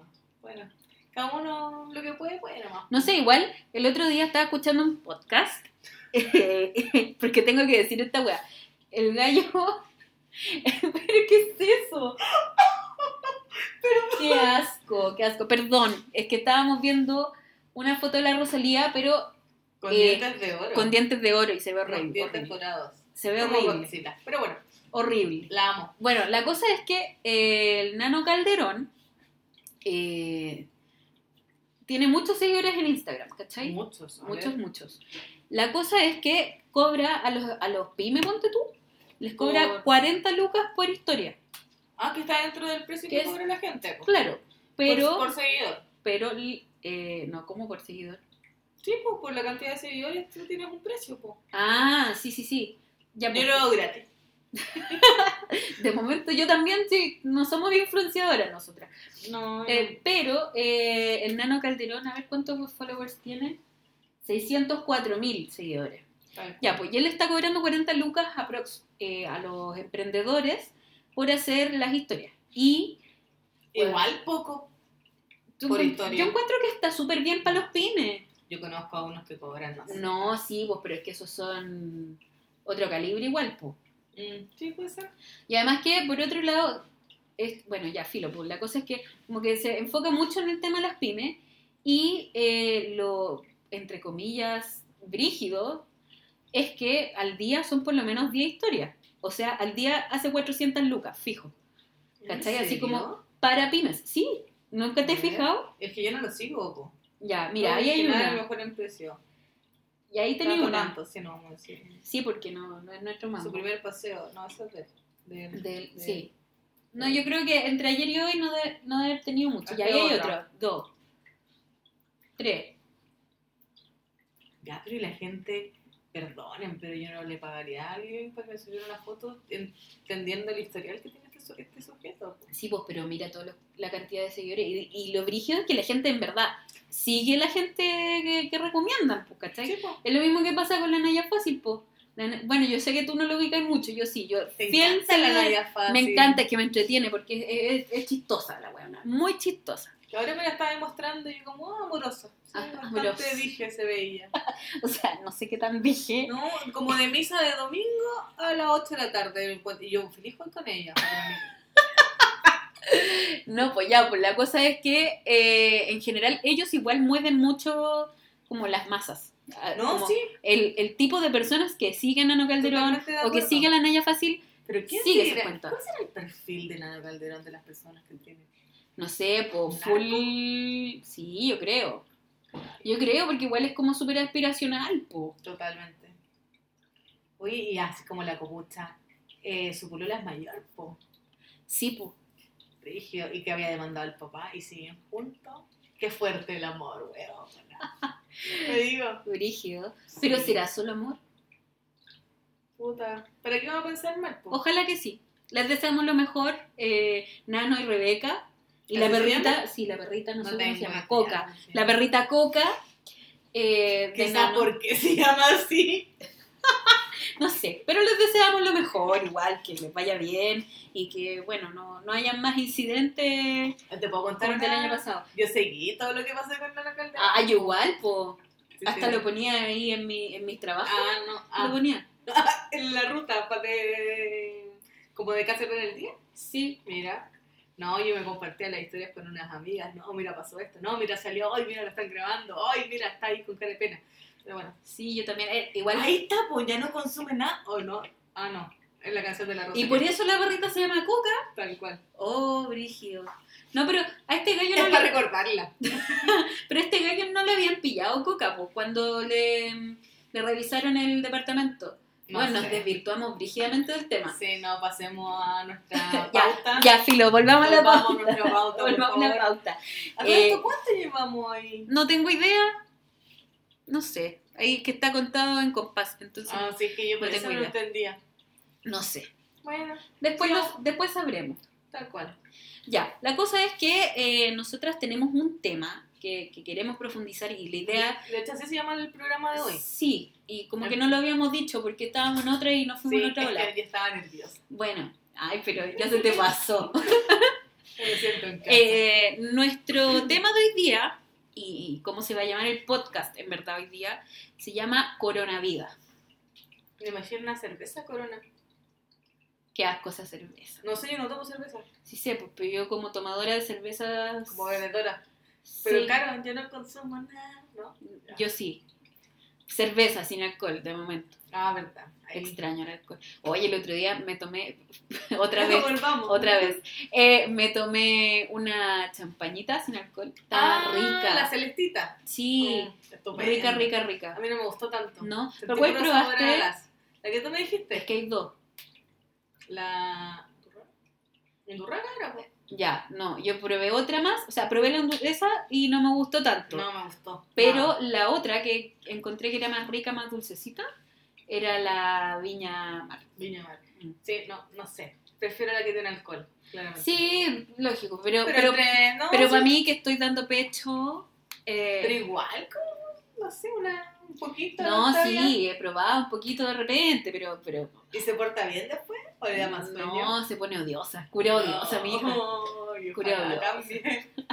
S2: Bueno, cada uno lo que puede, puede nomás.
S1: No
S2: [laughs]
S1: sé, igual el otro día estaba escuchando un podcast, eh, [laughs] porque tengo que decir esta weá. El gallo. [laughs] ¿Pero qué es eso? Qué asco, qué asco. Perdón, es que estábamos viendo una foto de la Rosalía, pero
S2: Con
S1: Eh,
S2: dientes de oro.
S1: con dientes de oro y se ve
S2: Con
S1: horrible.
S2: dientes
S1: horrible.
S2: dorados.
S1: Se ve
S2: Como
S1: horrible.
S2: Godzilla. Pero bueno,
S1: Horrible.
S2: la amo.
S1: Bueno, la cosa es que eh, el Nano Calderón eh, tiene muchos seguidores en Instagram, ¿cachai?
S2: Muchos. a ver.
S1: Muchos, muchos. La cosa es que cobra a los, a los pymes, ponte tú, les cobra
S2: Por-
S1: 40 lucas por historia.
S2: Ah, que está dentro del precio
S1: ¿Qué
S2: que
S1: es?
S2: cobra la gente. pues.
S1: Claro, pero,
S2: Por, por seguidor.
S1: pero, eh, no, como por seguidor.
S2: Sí, pues por la cantidad de seguidores tú tienes un precio, pues.
S1: Ah, sí, sí, sí. Ya,
S2: Yo
S1: pues,
S2: lo hago gratis.
S1: De momento yo también, sí, no somos influenciadoras nosotras.
S2: No,
S1: Eh, pero eh, el Nano Calderón, a ver cuántos followers tiene. 604 mil seguidores.
S2: tal
S1: Ya,
S2: cual.
S1: pues y él está cobrando 40 lucas aprox, eh, a los emprendedores por hacer las historias. Y
S2: Igual poco.
S1: tú-
S2: Por
S1: yo
S2: historia.
S1: encuentro que está súper bien para los pymes.
S2: Yo conozco a unos que cobran más.
S1: No, sí, pues, pero es que esos son otro calibre igual, pues.
S2: Mm, sí, puede ser.
S1: Y además que, por otro lado, es, bueno, ya filo, pues, la cosa es que como que se enfoca mucho en el tema de las pymes y eh, lo, entre comillas, brígido, es que al día son por lo menos 10 historias. O sea, al día hace 400 lucas, fijo. ¿Cachai?
S2: ¿En
S1: Así
S2: serio?
S1: como- Para pymes, sí. ¿Nunca te has
S2: A ver.
S1: fijado?
S2: Es que yo no lo sigo, po.
S1: Ya, mira, ahí hay
S2: Original,
S1: una.
S2: mejor en precio.
S1: Y ahí tenía
S2: Tanto,
S1: una.
S2: tanto, sí, no vamos a decir.
S1: Sí, porque no, no es nuestro
S2: Su
S1: mambo.
S2: primer paseo, no, eso es de... de-
S1: Del-
S2: de-
S1: sí. No, yo creo que entre ayer y hoy no debe no debe haber tenido mucho. Y
S2: Aquí
S1: ahí hay
S2: otra.
S1: otra. Dos. Tres.
S2: Ya, pero y la gente, perdonen, pero yo no le pagaría a alguien para que me subiera una foto entendiendo el historial que tiene este, su- este sujeto. po.
S1: Sí, pues, pero mira toda la cantidad de seguidores. Y, y lo brígido es que la gente, en verdad, sigue la gente que, que recomiendan, pues, ¿cachai?
S2: Sí, po.
S1: Es lo mismo que pasa con la Naya Fácil, pues. La Na- Bueno, yo sé que tú no lo ubicas mucho, yo sí. Yo
S2: Te
S1: fiel
S2: encanta la
S1: seguidora.
S2: Naya Fácil.
S1: Me encanta, es que me entretiene, porque es, es- es chistosa la weona. Muy chistosa.
S2: Que ahora me la está demostrando y yo como, ah, amorosa. Sí,
S1: Ah,
S2: bastante
S1: amorosa.
S2: dije, se veía.
S1: O sea, no sé qué tan dije.
S2: No, como de misa de domingo a las 8 de la tarde. Y yo feliz hoy con ella.
S1: [laughs] No, pues ya, pues la cosa es que eh, en general ellos igual mueven mucho como las masas. Ah,
S2: No,
S1: como
S2: sí.
S1: El, el tipo de personas que siguen a Nano Calderón
S2: Totalmente de
S1: o que
S2: acuerdo.
S1: siguen a la Naya Fácil,
S2: Pero ¿quién
S1: Sigue
S2: será?
S1: esa cuenta.
S2: ¿Cuál será el perfil de Nano Calderón de las personas que tiene?
S1: no sé, pues
S2: ¿Narco?
S1: full... Sí, yo creo. Yo creo porque igual es como súper aspiracional, pues.
S2: Totalmente. Oye, y así como la copucha, eh, su polola es mayor, po.
S1: Sí, pues.
S2: Rigio, y que había demandado al papá y siguen juntos. Qué fuerte el amor, weón.
S1: [laughs]
S2: Te digo,
S1: Brígido. Pero
S2: Sí.
S1: será solo amor.
S2: puta. ¿Para qué vamos a pensar mal, po?
S1: Ojalá que sí. Les deseamos lo mejor, eh, Nano y Rebeca. Y la
S2: ¿Así se
S1: perrita,
S2: llama?
S1: sí, la perrita no, sé cómo
S2: tengo
S1: se llama,
S2: idea,
S1: Coca.
S2: no sé.
S1: La perrita Coca. eh, de
S2: Quizá
S1: Nano.
S2: porque [laughs] se llama así.
S1: No sé, pero les deseamos lo mejor, igual, que les vaya bien y que, bueno, no, no hayan más incidentes
S2: Te puedo contar
S1: como el del
S2: una-
S1: año pasado.
S2: Yo seguí todo lo que pasó con Nano Calderón.
S1: Ah, yo igual, po.
S2: Sí,
S1: Hasta
S2: sí.
S1: lo ponía ahí en, mi, en mis trabajos.
S2: Ah, no. ah.
S1: Lo ponía.
S2: en la ruta pa- de como de casa con el día.
S1: Sí.
S2: Mira. No, yo me compartía las historias con unas amigas. No, mira, pasó esto. No, mira, salió. Ay, mira, lo están grabando. Ay, mira, está ahí con cara de pena. Pero bueno.
S1: Sí, yo también. eh, igual.
S2: Ahí está, pues ya no consume nada. O no. Ah, no. Es la canción de la rosa.
S1: Y por eso la perrita se llama Coca.
S2: Tal cual.
S1: Oh, brígido. No, pero a este gallo
S2: Es
S1: no
S2: para
S1: le,
S2: recordarla.
S1: pero a este gallo no le habían pillado coca, pues, cuando le, le revisaron el departamento.
S2: No
S1: bueno,
S2: sé.
S1: nos desvirtuamos brígidamente del tema.
S2: Sí, no, pasemos a nuestra
S1: [laughs] Ya,
S2: pauta.
S1: Ya, filo, volvamos a la pauta.
S2: Volvamos a nuestra pauta, por
S1: Volvamos a la
S2: favor.
S1: pauta.
S2: Alberto,
S1: Eh,
S2: ¿cuánto llevamos ahí?
S1: No tengo idea. No sé. Ahí que está contado en compás, entonces
S2: Ah, sí, es que yo por
S1: no
S2: eso
S1: tengo
S2: no
S1: idea.
S2: entendía.
S1: no sé.
S2: Bueno,
S1: Después,
S2: Sí,
S1: nos- después sabremos.
S2: tal cual.
S1: Ya, la cosa es que eh, nosotras tenemos un tema que, que queremos profundizar y la idea
S2: De hecho, así se llama el programa de hoy.
S1: Sí, y como que no lo habíamos dicho porque estábamos en otra y nos fuimos
S2: Sí,
S1: en otra
S2: es
S1: ola.
S2: que yo estaba nerviosa.
S1: Bueno, ay, pero ya se te pasó.
S2: [laughs] Me siento en casa.
S1: Eh, nuestro tema de hoy día, y cómo se va a llamar el podcast en verdad hoy día, se llama Coronavida.
S2: Me imagino una cerveza corona.
S1: Qué asco esa cerveza.
S2: No sé, yo no tomo cerveza.
S1: Sí sé, pues pero yo como tomadora de cerveza...
S2: Como vendedora. Pero
S1: sí,
S2: claro, yo no consumo nada, ¿no?
S1: Yo sí. Cerveza sin alcohol, de momento.
S2: Ah, verdad. Ahí.
S1: Extraño el alcohol. Oye, el otro día me tomé, [laughs] otra
S2: [laughs] Ya,
S1: vez,
S2: volvamos.
S1: otra vez, Eh, me tomé una champañita sin alcohol. Estaba
S2: Ah,
S1: rica.
S2: La celestita.
S1: Sí,
S2: Mm, estupendo.
S1: rica, rica,
S2: A
S1: rica.
S2: mí no me gustó tanto.
S1: ¿No?
S2: Sentí
S1: ¿Pero cuál
S2: puro sabor a
S1: probaste?
S2: alas. La que tú me dijiste.
S1: Es que hay dos.
S2: La. ¿Endurrana era? pues?
S1: Ya, no, yo probé otra más, o sea, probé la hondureña y no me gustó tanto.
S2: No me gustó.
S1: Pero
S2: No.
S1: la otra que encontré que era más rica, más dulcecita, era la viña mar.
S2: Viña Mar.
S1: Mm.
S2: Sí, no, no sé. Prefiero la que tiene alcohol, claramente.
S1: Sí, lógico, pero,
S2: pero,
S1: pero,
S2: entre- no,
S1: pero
S2: sí,
S1: para mí que estoy dando pecho... eh,
S2: Pero igual, como, no sé, una, un poquito.
S1: No,
S2: está bien.
S1: sí, he probado un poquito de repente, pero, pero
S2: ¿Y se porta bien después? ¿O le da más sueño?
S1: no, se pone odiosa, cura odiosa, mi hija.
S2: Ay,
S1: Cura
S2: ojalá
S1: odiosa.
S2: también.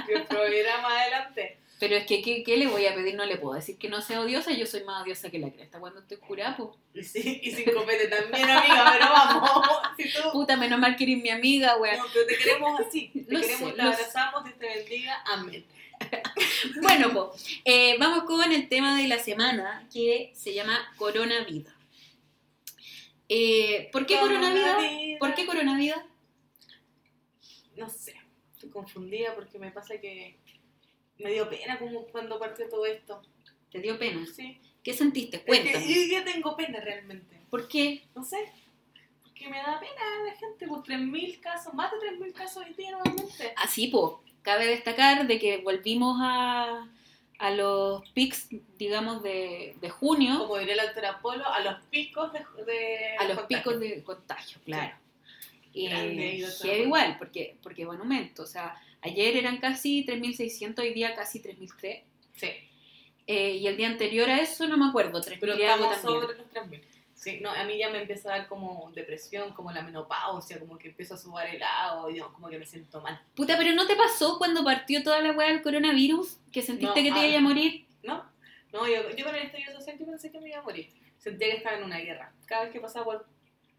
S2: Que prohibiera más adelante.
S1: Pero es que, ¿qué, qué le voy a pedir? No le puedo decir que no sea odiosa, yo soy más odiosa que la cresta. Cuando estoy curada, pues,
S2: Y, sí, y
S1: [laughs]
S2: sin copete también, amiga, pero vamos. [laughs] Si tú,
S1: puta, menos mal que eres mi amiga, weón.
S2: no, pero te queremos así. Te
S1: Lo
S2: queremos,
S1: sé,
S2: te
S1: lo
S2: abrazamos, Dios te bendiga. Amén.
S1: Bueno, pues, eh, vamos con el tema de la semana, que se llama Coronavida. Eh, ¿Por qué Coronavida? ¿Por qué Coronavida?
S2: no sé, estoy confundida porque me pasa que me dio pena como cuando partió todo esto.
S1: ¿Te dio pena?
S2: Sí.
S1: ¿Qué sentiste?
S2: Es
S1: Cuéntame.
S2: que yo ya tengo pena realmente.
S1: ¿Por qué?
S2: No sé. Porque me da pena la gente, pues 3.000 casos, más de 3.000 casos hoy día normalmente.
S1: Así, pues, cabe destacar de que volvimos a, a los pics, digamos, de, de junio,
S2: Como diría la doctora Polo, a los picos de. de
S1: a los
S2: contagio.
S1: picos de contagio, claro. Eh,
S2: Grande, y doctora
S1: heavy
S2: Polo.
S1: igual, porque, porque buen aumento. O sea, ayer eran casi 3.600, hoy día casi 3.003.
S2: Sí,
S1: Eh, y el día anterior a eso no me acuerdo, 3.000
S2: pero
S1: y algo
S2: estamos
S1: también.
S2: sobre los 3.000. Sí, no, a mí ya me empieza a dar como depresión, como la menopausia, como que empiezo a subar el agua, y como que me siento mal.
S1: Puta, pero ¿no te pasó cuando partió toda la weá del coronavirus que sentiste
S2: No,
S1: que te
S2: ah.
S1: iba a morir?
S2: ¿no? No, yo, yo con el estallido social yo pensé que me iba a morir. Sentía que estaba en una guerra. Cada vez que pasaba por,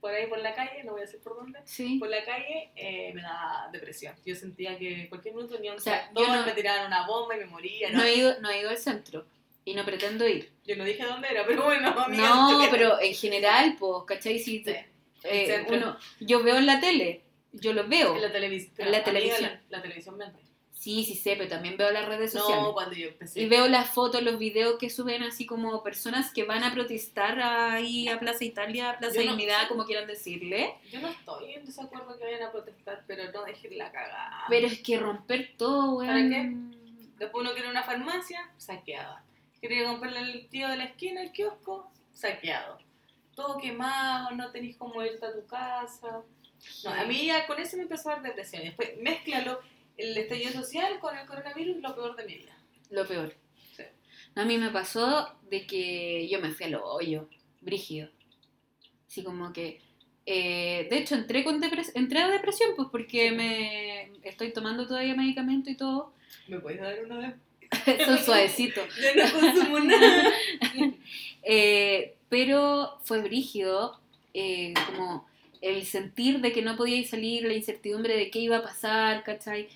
S2: por ahí, por la calle, no voy a decir por dónde,
S1: Sí.
S2: por la calle eh, me daba depresión. Yo sentía que cualquier minuto venía un
S1: O sea,
S2: tractor,
S1: yo no-
S2: me tiraban una bomba y me moría. No,
S1: No he ido, no he ido al centro y no pretendo ir.
S2: Yo no dije dónde era, pero bueno, amiga,
S1: No,
S2: estoy-
S1: pero en general, pues, ¿cachai? Si te- eh,
S2: Siempre.
S1: uno, yo veo en la tele, yo los veo.
S2: En la, televis-
S1: En la
S2: amiga,
S1: televisión.
S2: La, la televisión me ante.
S1: Sí, sí sé, pero también veo las redes sociales.
S2: No, cuando yo empecé.
S1: Y veo las fotos, los videos que suben así como personas que van a protestar ahí a Plaza Italia, a Plaza
S2: Yo no-
S1: Dignidad, como quieran decirle.
S2: Yo no estoy en desacuerdo que vayan a protestar, pero no dejen la cagada.
S1: Pero es que romper todo, weón.
S2: ¿Para Después uno quiere una farmacia, saqueada. Quería comprarle al tío de la esquina el kiosco, saqueado. Todo quemado, no tenés cómo irte a tu casa. No, a mí ya con eso me empezó a dar depresión. Después mezclalo el estallido social con el coronavirus, lo peor de mi vida.
S1: Lo peor.
S2: Sí.
S1: A mí me pasó de que yo me fui a los hoyos, brígido. Así como que. eh, de hecho, entré, con depres- entré a depresión, pues porque me estoy tomando todavía medicamento y todo. [laughs]
S2: ¿Me podéis dar una vez?
S1: Son suavecitos.
S2: Yo no [laughs] consumo nada.
S1: Eh, pero fue brígido, eh, como el sentir de que no podía salir, la incertidumbre de qué iba a pasar, ¿cachai?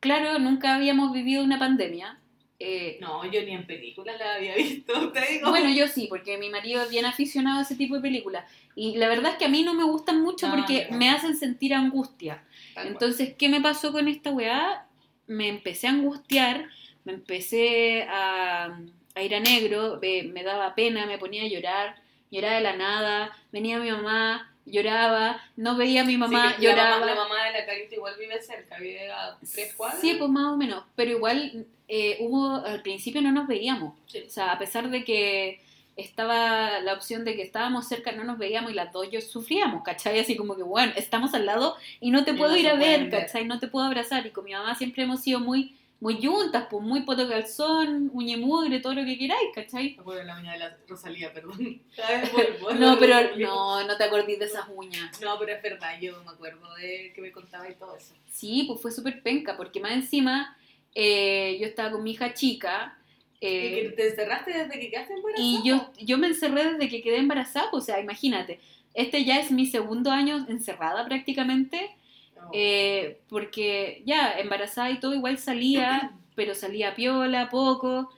S1: Claro, nunca habíamos vivido una pandemia.
S2: [laughs]
S1: eh,
S2: No, yo ni en películas la había visto, te digo.
S1: Bueno, yo sí, porque mi marido es bien aficionado a ese tipo de películas. Y la verdad es que a mí no me gustan mucho
S2: No,
S1: porque
S2: no.
S1: me hacen sentir angustia.
S2: Tal cual.
S1: Entonces, ¿qué me pasó con esta weá? Me empecé a angustiar, me empecé a, a ir a negro, eh, me daba pena, me ponía a llorar, lloraba de la nada, venía mi mamá, lloraba, no veía a mi mamá,
S2: Sí, que la
S1: lloraba.
S2: La mamá de la carita igual vive cerca, vive a tres cuadras.
S1: Sí, pues más o menos. Pero igual eh, hubo, al principio no nos veíamos.
S2: Sí.
S1: O sea, a pesar de que estaba la opción de que estábamos cerca, no nos veíamos y las dos yo sufríamos, ¿cachai? Así como que, bueno, estamos al lado y no te
S2: Y
S1: puedo
S2: no
S1: ir
S2: se
S1: a ver,
S2: pueden ver.
S1: ¿cachai? No te puedo abrazar. Y con mi mamá siempre hemos sido muy, muy yuntas, pues muy poto calzón, uñemudre, todo lo que queráis, ¿cachai?
S2: Me acuerdo de la uña de la Rosalía, perdón. Cada vez vuelvo.
S1: No, pero no, no te acordís de esas uñas.
S2: No, pero es verdad, yo me acuerdo de que me contaba y todo eso.
S1: Sí, pues fue súper penca, porque más encima eh, yo estaba con mi hija chica. eh,
S2: ¿Y que te encerraste desde que quedaste embarazada?
S1: Y yo, yo me encerré desde que quedé embarazada, pues, o sea, imagínate, este ya es mi segundo año encerrada prácticamente,
S2: No.
S1: eh, porque ya embarazada y todo igual salía, pero salía piola, poco,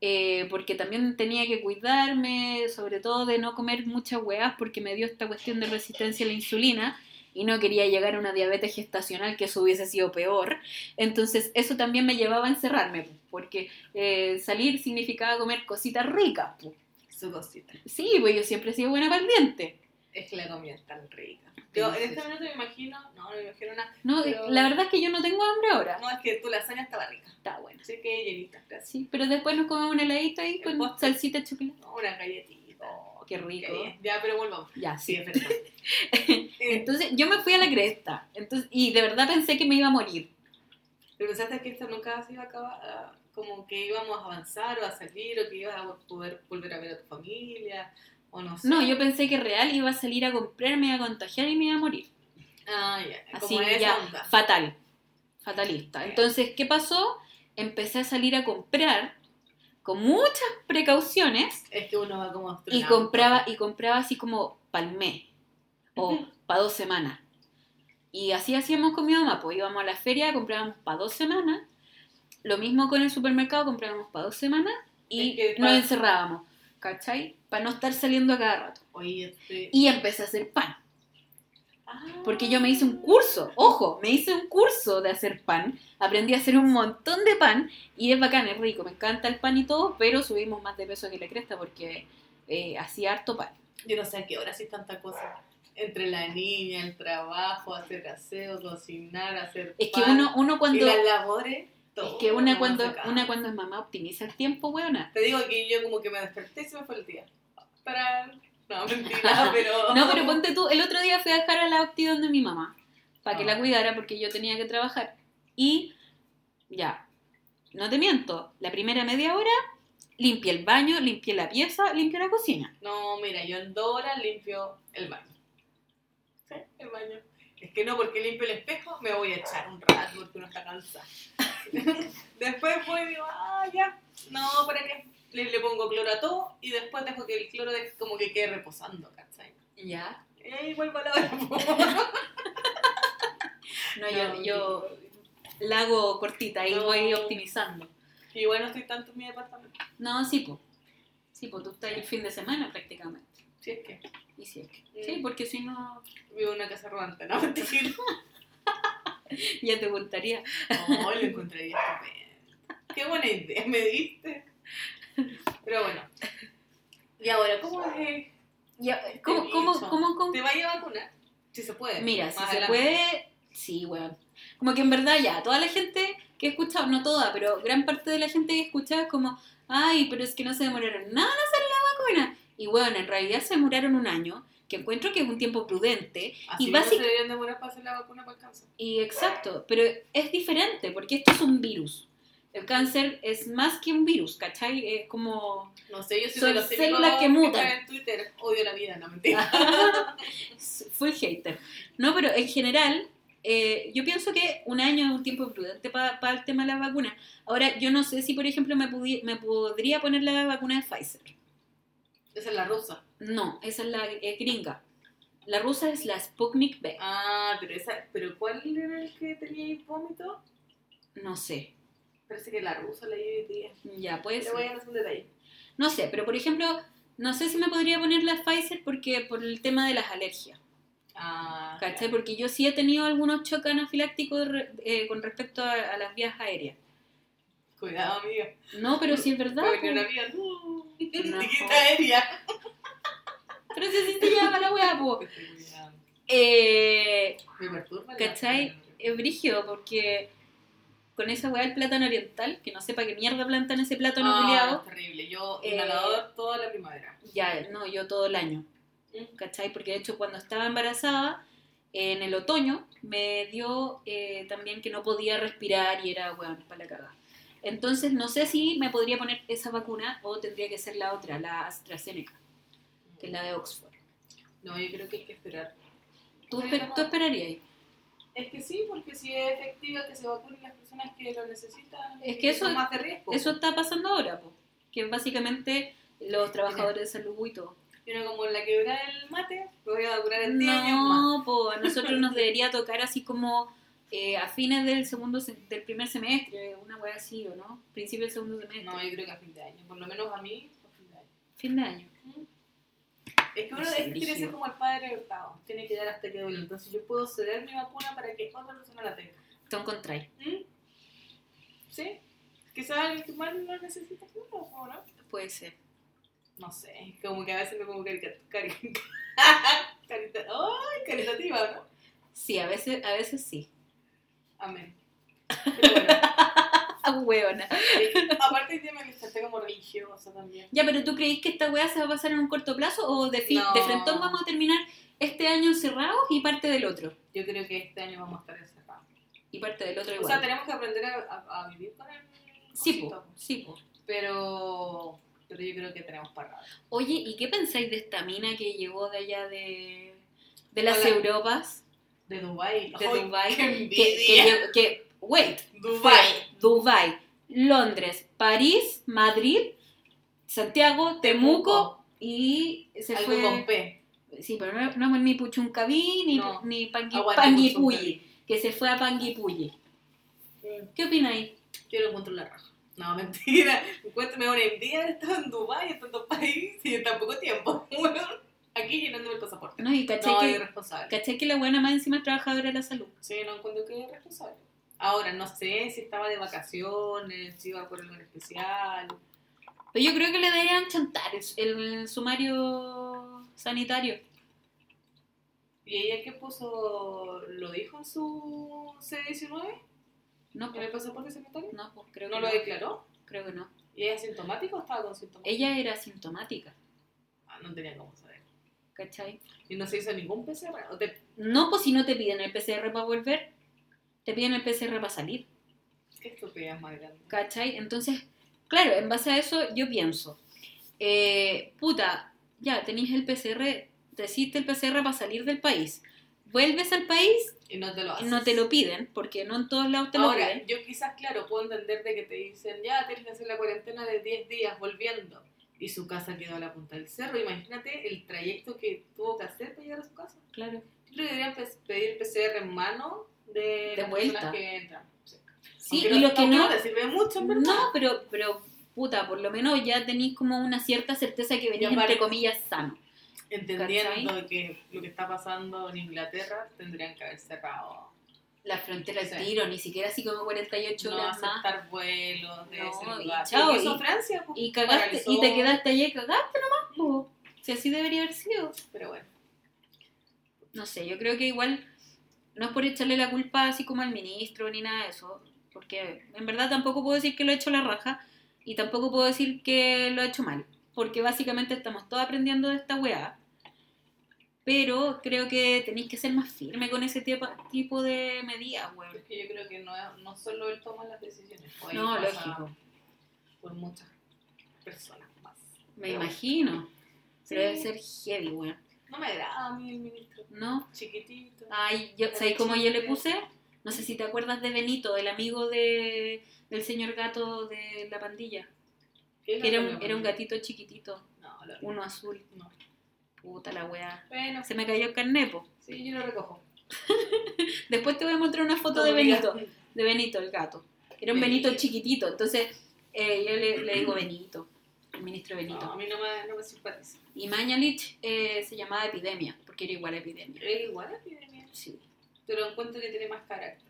S1: eh, porque también tenía que cuidarme, sobre todo de no comer muchas hueás, porque me dio esta cuestión de resistencia a la insulina. Y no quería llegar a una diabetes gestacional que eso hubiese sido peor. Entonces eso también me llevaba a encerrarme, pues, porque eh, salir significaba comer cositas ricas. pues.
S2: Su cosita.
S1: Sí, pues yo siempre he sido buena para el diente.
S2: Es que la comida es tan rica. Yo en este momento me imagino, no, me imagino una...
S1: No, eh,
S2: Pero-
S1: La verdad es que yo no tengo hambre ahora.
S2: No, es que tu lasaña estaba rica.
S1: Está bueno.
S2: Así que llenita, gracias.
S1: Sí, pero después nos comemos un heladito ahí
S2: El
S1: con
S2: postre.
S1: salsita de chocolate.
S2: No, una galletita.
S1: Oh, qué rico.
S2: Ya, Ya, pero volvamos.
S1: Ya, sí.
S2: Sí,
S1: [laughs]
S2: es verdad. Eh,
S1: Entonces yo me fui a la cresta. Entonces, y de verdad pensé que me iba a morir.
S2: ¿Pero pensaste que esto nunca se iba a acabar? ah, Como que íbamos a avanzar o a salir o que ibas a poder volver a ver a tu familia o no sé.
S1: No, yo pensé que real iba a salir a comprar, me iba a contagiar y me iba a morir.
S2: Ah, ya.
S1: Así
S2: Como esa
S1: ya,
S2: onda.
S1: fatal, fatalista.
S2: Ya.
S1: Entonces, ¿qué pasó? Empecé a salir a comprar con muchas precauciones
S2: Es que uno va como
S1: y
S2: astronauta.
S1: compraba y compraba así como palmé o
S2: Ujú.
S1: para dos semanas. Y así hacíamos con mi mamá, pues íbamos a la feria, comprábamos para dos semanas, lo mismo con el supermercado, comprábamos para dos semanas y
S2: Es que
S1: nos
S2: pa-
S1: encerrábamos, ¿cachai? Para no estar saliendo a cada rato.
S2: Oye, este...
S1: Y empecé a hacer pan.
S2: Ah.
S1: Porque yo me hice un curso, ojo, me hice un curso de hacer pan, aprendí a hacer un montón de pan y es bacán, es rico, me encanta el pan y todo, pero subimos más de peso que la cresta porque eh, hacía harto pan.
S2: Yo no sé a qué hora sí tanta cosa. Entre la niña, el trabajo, hacer aseo, cocinar, hacer
S1: Es que
S2: pan,
S1: uno, uno
S2: y
S1: cuando
S2: las labores,
S1: es
S2: todo.
S1: que una
S2: uno
S1: cuando
S2: se cansa.
S1: una cuando es mamá optimiza el tiempo, weona.
S2: Te digo que yo como que me desperté y se me fue el día. Para... No,
S1: [laughs]
S2: mentira, pero...
S1: No, pero ponte tú, el otro día fui a dejar a la opti donde mi mamá, para que
S2: Ah.
S1: la cuidara porque yo tenía que trabajar. Y ya, no te miento, la primera media hora limpié el baño, limpié la pieza, limpié la cocina.
S2: No, mira, yo en dos horas limpio el baño. ¿Sí? El baño. Es que no, porque limpio el espejo, me voy a echar un rato porque uno está [laughs] cansado. después voy y digo, ah, ya. No, ¿para qué? Le, le pongo cloro a todo y después dejo que el cloro de- como que quede reposando, ¿cachai?
S1: Ya,
S2: Y ahí vuelvo a lavar. po.
S1: No, yo, yo la hago cortita y
S2: No.
S1: voy optimizando.
S2: [laughs] Y igual no estoy tanto en mi departamento.
S1: No, sí, pues. Sí, pues tú estás el fin de semana prácticamente.
S2: Si es que
S1: Y sí, es que-
S2: Mm.
S1: sí, porque si no,
S2: vivo en una casa rodante, ¿no? Mentira.
S1: ya te contaría.
S2: No, Oh, lo encontraría estupendo. Qué buena idea me diste. Pero bueno. Y ahora, ¿cómo es?
S1: Ya, ¿Cómo, cómo,
S2: bicho.
S1: cómo, cómo?
S2: ¿Te vaya a vacunar? Si se puede.
S1: Mira, si
S2: Más
S1: se
S2: adelante.
S1: puede, sí, weón. Como que en verdad ya, toda la gente que he escuchado, no toda, pero gran parte de la gente que he escuchado es como, ay, pero es que no se demoraron nada en hacer la vacuna. Y bueno, en realidad se demoraron un año, que encuentro que es un tiempo prudente,
S2: Así
S1: y
S2: no
S1: básic-
S2: se deberían demorar para hacer la vacuna para el cáncer.
S1: Y exacto, pero es diferente porque esto es un virus. El cáncer es más que un virus, ¿cachai? Es como
S2: No sé, yo soy
S1: Son
S2: de los
S1: células
S2: típicos
S1: que mutan.
S2: están en Twitter, odio la vida, no mentira.
S1: [laughs] full hater. No, pero en general, eh, yo pienso que un año es un tiempo prudente para el tema de las vacunas. Ahora, yo no sé si, por ejemplo, me, pudi- me podría poner la vacuna de Pfizer.
S2: Esa es la rusa.
S1: No, esa es la eh, gringa. La rusa es la Sputnik B.
S2: Ah, pero esa, pero ¿cuál era el que tenía ahí vómito?
S1: No sé.
S2: Parece que la rusa la llevé hoy día.
S1: Ya, puede
S2: Le
S1: ser.
S2: voy a hacer un detalle.
S1: No sé, pero por ejemplo, no sé si me podría poner la Pfizer porque por el tema de las alergias.
S2: Ah,
S1: ¿Cachai? Porque yo sí he tenido algunos choques anafilácticos re- eh, con respecto a, a las vías aéreas.
S2: Cuidado, amiga.
S1: No, pero sí es verdad. pues,
S2: Porque
S1: po.
S2: una amiga, uh, no. [laughs]
S1: No.
S2: Etiqueta aérea.
S1: Pero si sí te lleva la wea, po. Eh,
S2: Me perturba. la-
S1: ¿Cachai? es brígido porque con esa wea del plátano oriental, que no sepa qué mierda plantan ese plátano
S2: Ah,
S1: culiao,
S2: terrible. Yo
S1: Eh,
S2: inhalador toda la primavera.
S1: ya, no, yo todo el año. ¿Cachai? Porque de hecho cuando estaba embarazada, eh, en el otoño me dio eh, también que no podía respirar y era, weón, para la cagada. Entonces, no sé si me podría poner esa vacuna o tendría que ser la otra, la AstraZeneca, que es la de Oxford.
S2: No, yo creo que hay que esperar.
S1: ¿Tú, esper- tú esperarías?
S2: Es que sí, porque si es efectiva que se vacunen las personas que lo necesitan,
S1: Es que eso-
S2: son más de riesgo.
S1: Eso está pasando ahora, po, que básicamente los trabajadores de salud y todo.
S2: Pero como la quebrada del mate, me voy a vacunar en 10 años más.
S1: No, po, a nosotros nos debería tocar así como eh, a fines del segundo se- del primer semestre, una wea así, ¿o no? Principio del segundo semestre,
S2: No, eh. yo creo que a fin de año, por lo menos a mí, a fin de año.
S1: fin de año.
S2: Es que uno
S1: Sí,
S2: es que quiere
S1: brígido.
S2: ser como el padre de Gustavo, tiene que dar hasta que duele. Entonces yo puedo ceder mi vacuna para que otra persona la tenga.
S1: Tom Contray.
S2: ¿Mm? ¿Sí? Quizás tu madre no necesita tanto, ¿o no?
S1: Puede ser.
S2: No sé, como que a veces me como caricativa. [laughs] Carita, ¡Ay, caritativa, ¿no?
S1: Sí, a veces, a veces sí. [laughs]
S2: Amén. Pero bueno, eh,
S1: Ah, hueona.
S2: aparte hoy día me manifesté como religiosa también.
S1: Ya, pero ¿tú creís que esta weá se va a pasar en un corto plazo o de, fin,
S2: No.
S1: de frentón vamos a terminar este año encerrados y parte del otro?
S2: Yo creo que este año vamos a estar encerrados.
S1: Y parte del otro
S2: O
S1: igual.
S2: sea, tenemos que aprender a, a- a vivir con el.
S1: sí, po,
S2: cosito.
S1: sí, po.
S2: Pero, pero yo creo que tenemos para rato.
S1: Oye, ¿y qué pensáis de esta mina que llegó de allá de, de las
S2: Hola.
S1: Europas?
S2: De Dubai.
S1: de Dubai que,
S2: Qué
S1: que, lle- que- wait
S2: Dubai.
S1: fue Dubai Londres París Madrid Santiago Temuco y se
S2: Algo con
S1: fue
S2: P.
S1: sí pero no, no ni Puchuncaví ni
S2: No.
S1: ni Pangui-
S2: Aguante, Ah.
S1: Panguipulli que se fue a Panguipulli ¿qué opináis?
S2: Yo lo encuentro en la raja. No, mentira. [laughs] Encuentro mejor en día haber estado en Dubai, en tantos países y en tan poco tiempo. [laughs] Aquí llenándome el pasaporte.
S1: no y caché
S2: No,
S1: que
S2: irresponsable.
S1: caché que la buena más encima es trabajadora de la salud
S2: Sí, no encuentro que es responsable. Ahora, no sé si estaba de vacaciones, si iba por algo en especial.
S1: pero yo creo que le deberían chantar el, el sumario sanitario
S2: ¿Y ella qué puso? ¿Lo dijo en su C-19?
S1: no
S2: ¿En
S1: pues,
S2: el pasaporte sanitario?
S1: no pues, creo
S2: ¿No
S1: que
S2: lo
S1: no,
S2: declaró?
S1: creo que no
S2: ¿Y ella es asintomática o estaba con síntomas?
S1: ella era asintomática
S2: Ah, no tenía cómo saber.
S1: ¿cachai?
S2: Y no se hizo ningún PCR. ¿O te-
S1: No, pues si no te piden el PCR para volver, te piden el PCR para salir,
S2: ¿Qué estupidez más grande?
S1: ¿cachai? Entonces, claro, en base a eso yo pienso, eh, puta, ya tenéis el PCR, te hiciste el PCR para salir del país, vuelves al país
S2: Y no te lo
S1: y
S2: haces.
S1: no te lo piden, porque no en todos lados te lo
S2: Ahora,
S1: piden.
S2: yo quizás, claro, puedo entender de que te dicen, ya, tienes que hacer la cuarentena de 10 días volviendo. Y su casa quedó a la punta del cerro. Imagínate el trayecto que tuvo que hacer para llegar a su casa.
S1: Claro.
S2: Yo creo que deberían pe- pedir PCR en mano de,
S1: De
S2: las
S1: vuelta.
S2: personas que entran. Sí.
S1: Sí,
S2: Aunque
S1: y lo que
S2: aunque
S1: no,
S2: te sirve mucho, en verdad.
S1: no, pero, pero, puta, por lo menos ya tenéis como una cierta certeza que venís,
S2: aparte-
S1: entre comillas, sano.
S2: Entendiendo que lo que está pasando en Inglaterra, tendrían que haber cerrado.
S1: La frontera al
S2: Sí.
S1: tiro, ni siquiera así como 48
S2: No
S1: horas más.
S2: aceptar vuelos de
S1: No,
S2: ese
S1: y
S2: lugar.
S1: chao,
S2: Lo que hizo
S1: y-
S2: Francia, pues,
S1: Y cagaste,
S2: paralizó.
S1: y te quedaste allí y cagaste nomás, po. Si así debería haber sido.
S2: Pero bueno,
S1: No sé, yo creo que igual no es por echarle la culpa así como al ministro ni nada de eso, porque en verdad tampoco puedo decir que lo ha hecho la raja y tampoco puedo decir que lo ha hecho mal, porque básicamente estamos todos aprendiendo de esta weá. Pero creo que tenéis que ser más firme con ese tipo, tipo de medidas, weón.
S2: es que yo creo que no, es- no solo él toma las decisiones. hoy
S1: No,
S2: pasa
S1: lógico,
S2: Por muchas personas más.
S1: me
S2: Pero bueno.
S1: imagino. Pero debe
S2: Sí.
S1: ser heavy, weón.
S2: No me agrada a mí el Ah, ministro.
S1: ¿No?
S2: Chiquitito.
S1: Ay, yo, ¿sabes cómo yo le puse? No sé si te acuerdas de Benito, el amigo de, del señor gato de la pandilla.
S2: ¿Qué
S1: Que era un,
S2: problema?
S1: era un gatito chiquitito,
S2: No, lo-
S1: uno azul.
S2: No.
S1: Puta la weá.
S2: Bueno,
S1: Se me cayó el carnepo.
S2: sí, yo lo recojo.
S1: Después te voy a mostrar una foto de
S2: Obliga-
S1: Benito. De Benito, el gato. Era un Benito
S2: Benito.
S1: chiquitito. Entonces eh, yo le, le digo Benito, el ministro
S2: No, a
S1: Benito.
S2: mí no me, no me simpatiza.
S1: Y Mañalich eh, se llamaba Epidemia, porque era igual a Epidemia.
S2: Es igual a epidemia.
S1: Sí.
S2: Pero encuentro que tiene más carácter.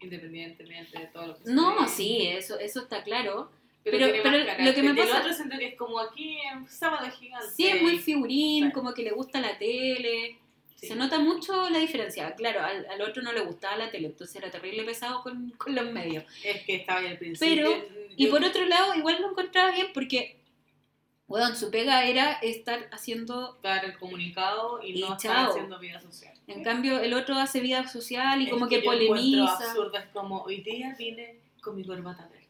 S2: Independientemente de todo lo que se
S1: No,
S2: ve.
S1: sí, eso, eso está claro.
S2: Pero,
S1: Pero-
S2: tiene
S1: pero
S2: más carácter.
S1: lo que me
S2: Del
S1: pasa-
S2: otro siento que es como aquí en Sábado Gigante.
S1: Sí, es muy figurín,
S2: Sí.
S1: como que le gusta la tele.
S2: Sí.
S1: Se nota mucho la diferencia. Claro, al, al otro no le gustaba la tele, entonces era terrible pesado con, con los medios.
S2: Es que estaba ahí al principio.
S1: Pero- Y por otro lado, igual lo encontraba bien porque Weón, su pega era estar haciendo
S2: Dar el comunicado y,
S1: Y
S2: no estar
S1: chao.
S2: haciendo vida social.
S1: En cambio, el otro hace vida social y
S2: Es
S1: como que,
S2: yo encuentro
S1: polemiza.
S2: absurdo, es como hoy día vine con mi corbata verde.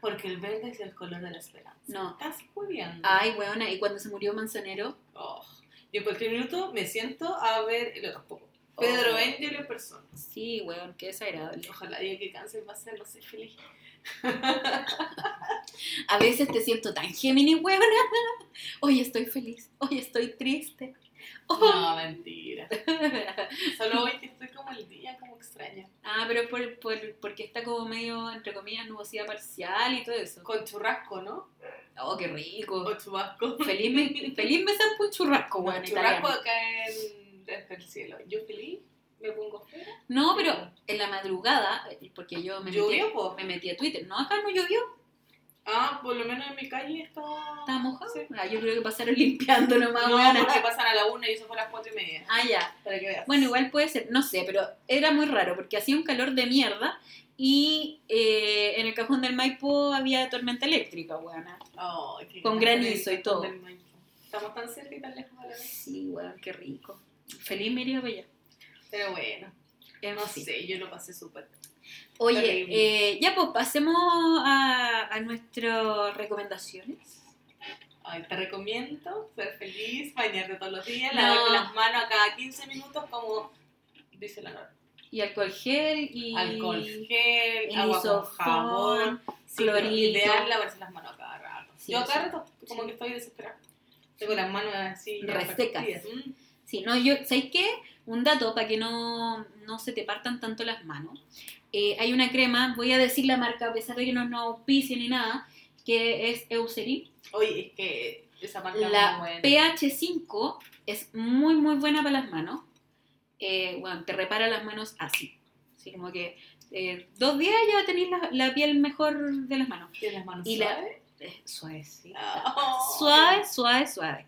S2: Porque el verde es el color de la esperanza.
S1: No.
S2: Estás jodiendo.
S1: Ay, weona, y cuando se murió Manzanero,
S2: Oh. Yo en cualquier minuto me siento a ver el horóscopo. Pedro
S1: Oh.
S2: Engel en persona.
S1: sí, weón, qué desagradable.
S2: Ojalá diga que cáncer va a ser, no sé, feliz.
S1: A veces te siento tan Géminis, weona. [laughs] Hoy estoy feliz, hoy estoy triste. [laughs] Oh.
S2: No, mentira. Solo hoy que estoy como el día, como extraña.
S1: Ah, pero es por, por- porque está como medio, entre comillas, nubosidad parcial y todo eso.
S2: Con churrasco, ¿no?
S1: Oh, qué rico.
S2: O chubasco.
S1: Feliz
S2: [laughs]
S1: me, feliz me saco un churrasco,
S2: Con
S1: weón,
S2: churrasco
S1: italiano.
S2: acá en, desde el cielo. Yo feliz, me pongo fea.
S1: No, pero en la madrugada, porque yo me metí,
S2: ¿Llovió, po?
S1: me metí a Twitter. No, acá no llovió.
S2: Ah, por lo menos en mi calle está...
S1: Estaba mojado.
S2: Sí.
S1: Ah, yo creo que pasaron [laughs] limpiando nomás,
S2: No,
S1: weona.
S2: porque pasan a la una y eso fue a las cuatro y media.
S1: Ah, ya.
S2: Para que veas.
S1: Bueno, igual puede ser, no sé, pero era muy raro porque hacía un calor de mierda y eh, en el cajón del Maipo había tormenta eléctrica, Ah, weona.
S2: Oh, qué
S1: Con
S2: grande
S1: granizo
S2: el
S1: y todo.
S2: del Maipo. Estamos tan cerca y tan lejos a la vez.
S1: Sí, weón, qué rico. Feliz me iría para allá.
S2: Pero bueno,
S1: En
S2: no
S1: fin.
S2: sé, yo lo pasé súper.
S1: Oye,
S2: Terrible.
S1: eh, ya pues pasemos a, a nuestras recomendaciones.
S2: Ay, te recomiendo ser feliz, bañarte todos los días,
S1: No.
S2: lavarte las manos a cada 15 minutos como dice la norma.
S1: Y alcohol gel y...
S2: Alcohol
S1: y
S2: gel, agua con
S1: isofón.
S2: jabón, sí, pero
S1: clorito.
S2: Ideal lavarse las manos a cada rato.
S1: Sí,
S2: yo a cada
S1: sí.
S2: rato como que estoy desesperada. Tengo las manos así. ya
S1: Resecas.
S2: partidas. Mm.
S1: Sí, no, yo, ¿sabéis qué? Un dato para que no, no se te partan tanto las manos. Eh, hay una crema, voy a decir la marca a pesar de que no nos auspicie ni nada, que es Eucerin.
S2: Oye, es que esa marca es muy
S1: La
S2: buena.
S1: PH5 es muy, muy buena para las manos. Eh, bueno, te repara las manos así. Así como que eh, dos días ya tenéis la, la piel mejor de las manos.
S2: ¿Tienes las manos
S1: y la-
S2: suaves?
S1: Eh, suave, sí.
S2: [laughs] Oh.
S1: Suave, suave, suave.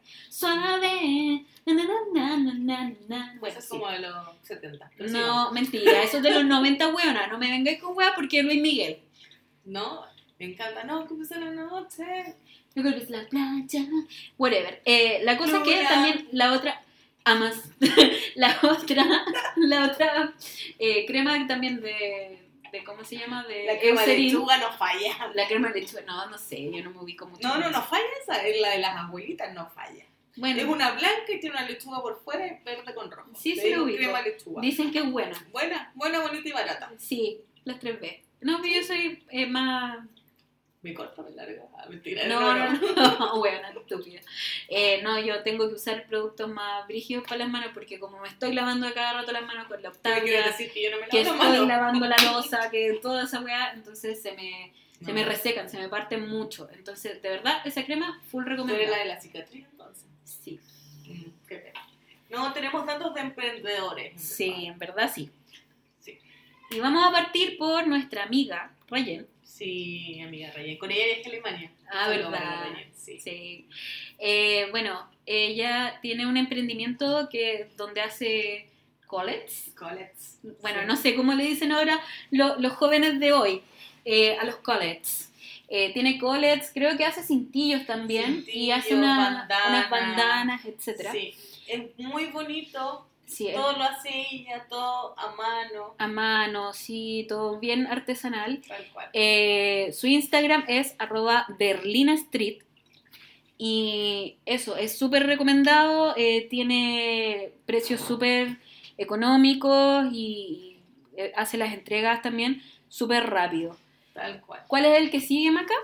S1: Suave. Na, na, na, na, na, na. Bueno,
S2: Eso es
S1: sí.
S2: como de los 70. pero sigamos.
S1: No, mentira, eso es de los 90, weona. No me vengáis con wea porque es Luis Miguel.
S2: No, me encanta. No, que empezó la noche.
S1: No golpes la playa. Whatever. Eh, la cosa que
S2: Luna.
S1: también la otra. Amas. [laughs] la otra. La otra eh, crema también de, de. ¿Cómo se llama? De
S2: La crema de
S1: Eucerin.
S2: lechuga no falla.
S1: La crema de lechuga. No, no sé, yo no me ubico mucho.
S2: No,
S1: en
S2: no,
S1: eso.
S2: no falla esa. Es la de las abuelitas, no falla. Es
S1: Bueno,
S2: una blanca y tiene una lechuga por fuera y verde con rojo.
S1: Sí, sí
S2: Te digo,
S1: lo ubico.
S2: Crema lechuga.
S1: dicen que es buena.
S2: Buena, buena, bonita y barata.
S1: Sí, las 3B. No, pero yo soy eh, más.
S2: Me corta, me larga. Ah, Mentira.
S1: No, no, no, [laughs] bueno, estúpida. Eh, no, yo tengo que usar productos más brígidos para las manos porque como me estoy lavando a cada rato las manos con la
S2: Te quiero
S1: octavia,
S2: decir que yo no me
S1: que
S2: lavo
S1: estoy
S2: la mano.
S1: lavando
S2: [laughs]
S1: la losa, que toda esa weá, entonces se me, se
S2: No,
S1: me
S2: no.
S1: resecan, se me parten mucho. Entonces, de verdad, esa crema, full
S2: Tú eres la
S1: recomendada.
S2: de la cicatriz, entonces.
S1: Sí,
S2: Mm, qué pena. No, tenemos datos de emprendedores. en
S1: sí, en verdad sí.
S2: Sí.
S1: Y vamos a partir por nuestra amiga, Rayen.
S2: verdad. Sí, amiga Reyes. Con ella viajé a Alemania.
S1: Ah,
S2: Saludos,
S1: verdad.
S2: amiga Reyes, Sí.
S1: Sí. Eh, bueno, ella tiene un emprendimiento que donde hace collets.
S2: Collets.
S1: bueno,
S2: Sí.
S1: no sé cómo le dicen ahora lo- los jóvenes de hoy, eh, a los collets. Eh, tiene collets, creo que hace cintillos también y hace
S2: Cintillos,
S1: una-
S2: bandanas.
S1: unas bandanas, etcétera. Sí,
S2: Sí, es muy bonito,
S1: es
S2: todo lo hace ella, todo a mano,
S1: a mano, sí, todo bien artesanal.
S2: tal cual.
S1: Eh, su Instagram es arroba Berlina Street. Y eso, es súper recomendado, eh, tiene precios súper económicos y eh, hace las entregas también súper rápido.
S2: Tal cual.
S1: ¿Cuál es el que sigue, Maca?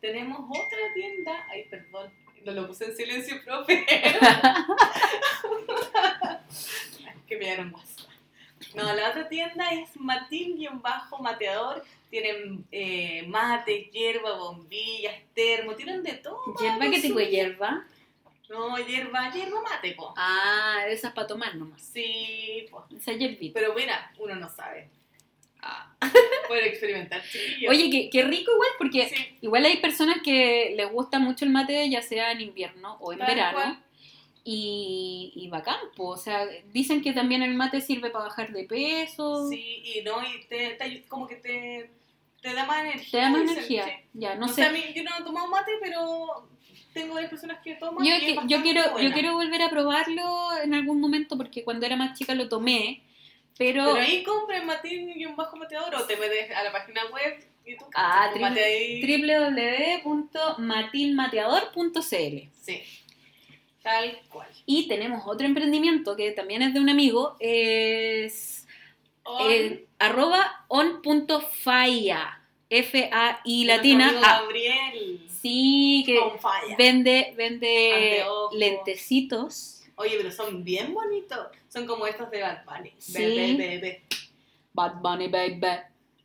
S2: Tenemos otra tienda, ay, perdón, no lo puse en silencio, profe. [laughs] que me dieron WhatsApp. No, la otra tienda es Matín-Mateador. Tienen eh, mates, hierba, bombillas, termo, tienen de todo.
S1: ¿Hierba? ¿Qué tipo de hierba?
S2: No, hierba, hierba mate, po.
S1: Ah, de esas para tomar nomás.
S2: Sí, po.
S1: Esa hierbita.
S2: Pero mira, uno no sabe. Ah. [laughs] Puede experimentar, chiquillos.
S1: Oye, qué, qué rico igual, porque
S2: Sí,
S1: igual hay personas que les gusta mucho el mate, ya sea en invierno o en
S2: Tal
S1: verano.
S2: cual.
S1: Y, y bacán, po. o sea, dicen que también el mate sirve para bajar de peso.
S2: sí, y no, y te, te ayu- como que te, te da más energía.
S1: Te da más
S2: dicen,
S1: energía.
S2: sí.
S1: Ya, no
S2: O
S1: sé.
S2: sea, a mí- yo no he tomado mate, pero tengo varias personas que toman.
S1: Yo,
S2: y es
S1: que- yo,
S2: bastante
S1: quiero, yo
S2: buena.
S1: quiero volver a probarlo en algún momento porque cuando era más chica lo tomé, pero...
S2: Pero ahí compra en Matín y un bajo mateador o te metes a la página web y tú
S1: Ah,
S2: tú
S1: triple-
S2: mate ahí.
S1: www.matilmateador.cl
S2: Sí. Tal cual.
S1: Y tenemos otro emprendimiento que también es de un amigo, es
S2: On-
S1: eh, arroba on.faya, F-A-I
S2: nuestro
S1: latina.
S2: amigo Oh,
S1: A.
S2: Gabriel.
S1: Sí, ah. que
S2: Con falla.
S1: vende, vende
S2: Anteojos.
S1: lentecitos.
S2: Oye, pero son bien bonitos. Son como estos de Bad Bunny. Be-
S1: Sí.
S2: be- be- be.
S1: Bad Bunny, baby.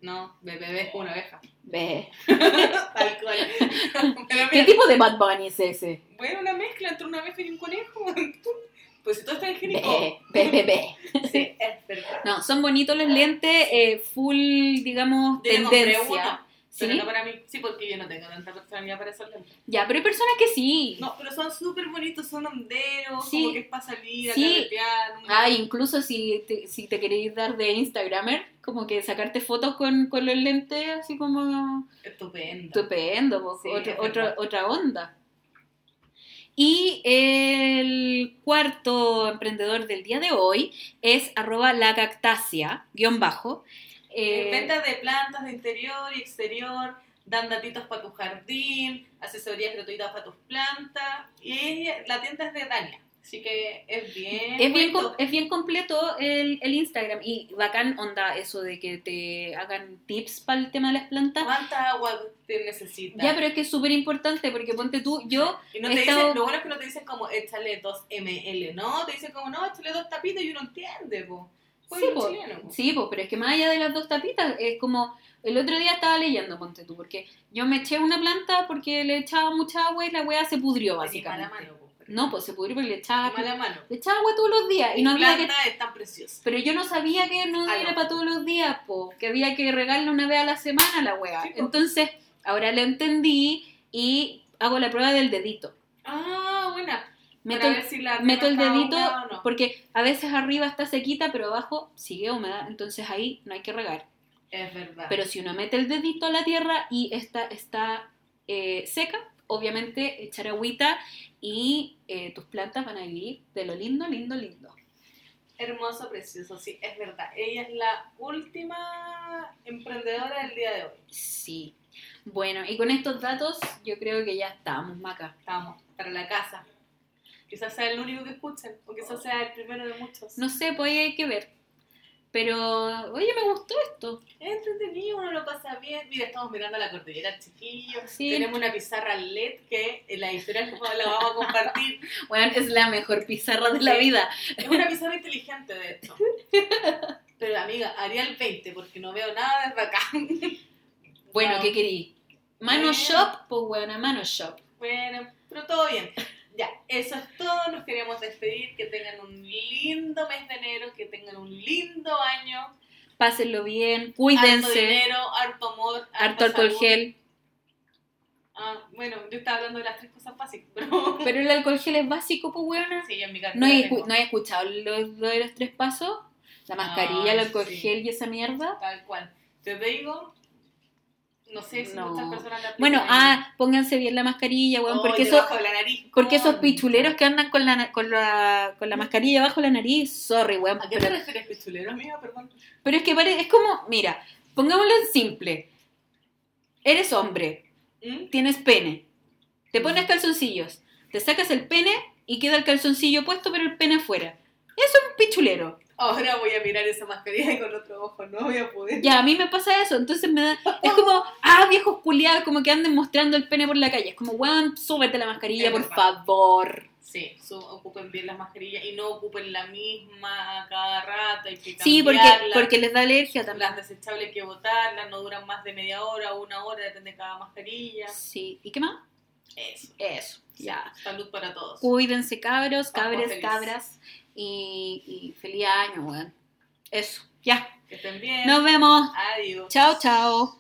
S2: No, bebé es
S1: [laughs]
S2: una oveja.
S1: Ve.
S2: Tal cual. [laughs] Pero
S1: ¿Qué
S2: Ah, mira,
S1: tipo de Bad Bunny es ese?
S2: bueno, una mezcla entre una oveja y un conejo. [laughs] Pues si todo está en
S1: Ve,
S2: genérico.
S1: ve, ve, ve.
S2: [laughs] Sí, es verdad.
S1: No, son bonitos los lentes, eh, full, digamos,
S2: Yo le compré
S1: tendencia.
S2: uno, pero
S1: ¿Sí?
S2: no para mí. Sí, porque yo no tengo tanta personalidad para hacerlo.
S1: Ya, pero hay personas que sí.
S2: No, pero son súper bonitos, son honderos,
S1: Sí.
S2: como que es para salir a
S1: Sí.
S2: carretear, un-
S1: Ah, incluso si te, si te queréis dar de Instagramer, como que sacarte fotos con, con los lentes, así como
S2: Estupendo.
S1: estupendo, po,
S2: Sí,
S1: otro-
S2: es
S1: otro-
S2: verdad.
S1: otra onda. Y el cuarto emprendedor del día de hoy es arroba la cactácea, guión bajo. Eh,
S2: Eh, Ventas de plantas de interior y exterior, dan datitos para tu jardín, asesorías gratuitas para tus plantas. Y ella- la tienda es de Dania, así que es bien.
S1: es bien,
S2: bonito.
S1: com- es bien completo el, el Instagram y bacán onda eso de que te hagan tips para el tema de las plantas.
S2: ¿Cuánta agua te necesitas?
S1: Ya, pero es que es súper importante porque ponte tú, yo
S2: y no te
S1: he estado-
S2: dicen, lo bueno es que no te dicen como échale 2 ml, no, te dicen como no, échale dos tapitas y uno entiende, po. Pues
S1: Sí,
S2: un
S1: po.
S2: chileno, po.
S1: Sí, pues, pero es que más allá de las dos tapitas, es como el otro día estaba leyendo, ponte tú, porque yo me eché una planta porque le echaba mucha agua y la weá se pudrió,
S2: Y mala
S1: básicamente.
S2: mano, po.
S1: No, pues se pudrió porque le echaba,
S2: Y mala mano.
S1: le echaba agua todos los días. Y no había que...
S2: planta es tan preciosa.
S1: Pero yo no sabía que no
S2: Ah,
S1: era
S2: no.
S1: para todos los días, po, que había que regarle una vez a la semana a la weá.
S2: Sí, pues. po.
S1: Entonces, ahora lo entendí y hago la prueba del dedito.
S2: Ah, buena.
S1: Meto
S2: Para
S1: el-
S2: ver si la
S1: meto el
S2: tierra está
S1: dedito
S2: húmeda o no.
S1: porque a veces arriba está sequita, pero abajo sigue húmeda, entonces ahí no hay que regar.
S2: Es verdad.
S1: Pero si uno mete el dedito a la tierra y esta está eh, seca, obviamente echar agüita y eh, tus plantas van a vivir de lo lindo, lindo, lindo.
S2: Hermoso, precioso, sí, es verdad. Ella es la última emprendedora del día de hoy.
S1: Sí. Bueno, y con estos datos yo creo que ya estamos, Maca.
S2: Estamos para la casa. Quizás sea el único que escuchen, o quizás sea el primero de muchos.
S1: No sé, pues ahí hay que ver. Pero, oye, me gustó esto.
S2: Es entretenido, uno lo pasa bien. Mira, estamos mirando la cordillera, chiquillos.
S1: Sí.
S2: Tenemos una pizarra LED que en la historia la vamos a compartir.
S1: Bueno, es la mejor pizarra de la
S2: Sí.
S1: vida.
S2: Es una pizarra inteligente, de
S1: [laughs]
S2: hecho. Pero amiga, haría el 20 porque no veo nada desde acá.
S1: Bueno,
S2: Wow.
S1: ¿qué querí? Mano
S2: Bueno.
S1: Shop, pues bueno, Mano Shop.
S2: Bueno, pero todo bien. Ya, eso es todo. Nos queremos despedir. Que tengan un lindo mes de enero, que tengan un lindo año.
S1: Pásenlo bien,
S2: Harto
S1: cuídense,
S2: dinero, harto amor,
S1: harto alcohol
S2: salud.
S1: gel.
S2: Ah, bueno, yo estaba hablando de las tres cosas básicas, pero [laughs]
S1: Pero el alcohol gel es básico, pues weona.
S2: sí, en mi cartera
S1: ¿No he,
S2: tengo.
S1: escu- no he escuchado lo, lo de los tres pasos? La mascarilla,
S2: Ah,
S1: el alcohol
S2: sí.
S1: gel y esa mierda.
S2: Tal cual. Yo te digo, no sé si
S1: No.
S2: muchas personas la
S1: Bueno,
S2: aplican.
S1: ah, pónganse bien la mascarilla, weón,
S2: Oh,
S1: porque, eso,
S2: debajo de la nariz,
S1: porque esos
S2: con-
S1: pichuleros que andan con la, na- con la, con la mascarilla bajo la nariz, sorry, weón.
S2: ¿A qué te
S1: Pero,
S2: refieres, pichulero, amiga? Perdón.
S1: pero es que pare- es como, mira, pongámoslo en simple. Eres hombre,
S2: ¿Mm?
S1: tienes pene, te pones calzoncillos, te sacas el pene y queda el calzoncillo puesto, pero el pene afuera. Eso es un pichulero.
S2: Ahora voy a mirar esa mascarilla con otro ojo, no voy a poder.
S1: Ya, a mí me pasa eso, entonces me da... Es como, ah, viejos culiados, como que anden mostrando el pene por la calle. Es como, weón, súbete la mascarilla,
S2: Es
S1: por
S2: verdad.
S1: favor.
S2: Sí, so- ocupen bien las mascarillas y no ocupen la misma a cada rato. Hay que
S1: Sí, porque,
S2: cambiarlas.
S1: porque les da alergia también.
S2: las desechables hay que botarlas, no duran más de media hora o una hora, depende de cada mascarilla.
S1: Sí, ¿y qué más?
S2: Eso.
S1: Eso, ya.
S2: Salud para todos.
S1: Cuídense, cabros,
S2: Vamos,
S1: cabres,
S2: feliz.
S1: cabras. Y, y feliz año, weón. Eso, ya.
S2: Que estén bien.
S1: Nos vemos.
S2: Adiós.
S1: Chao, chao.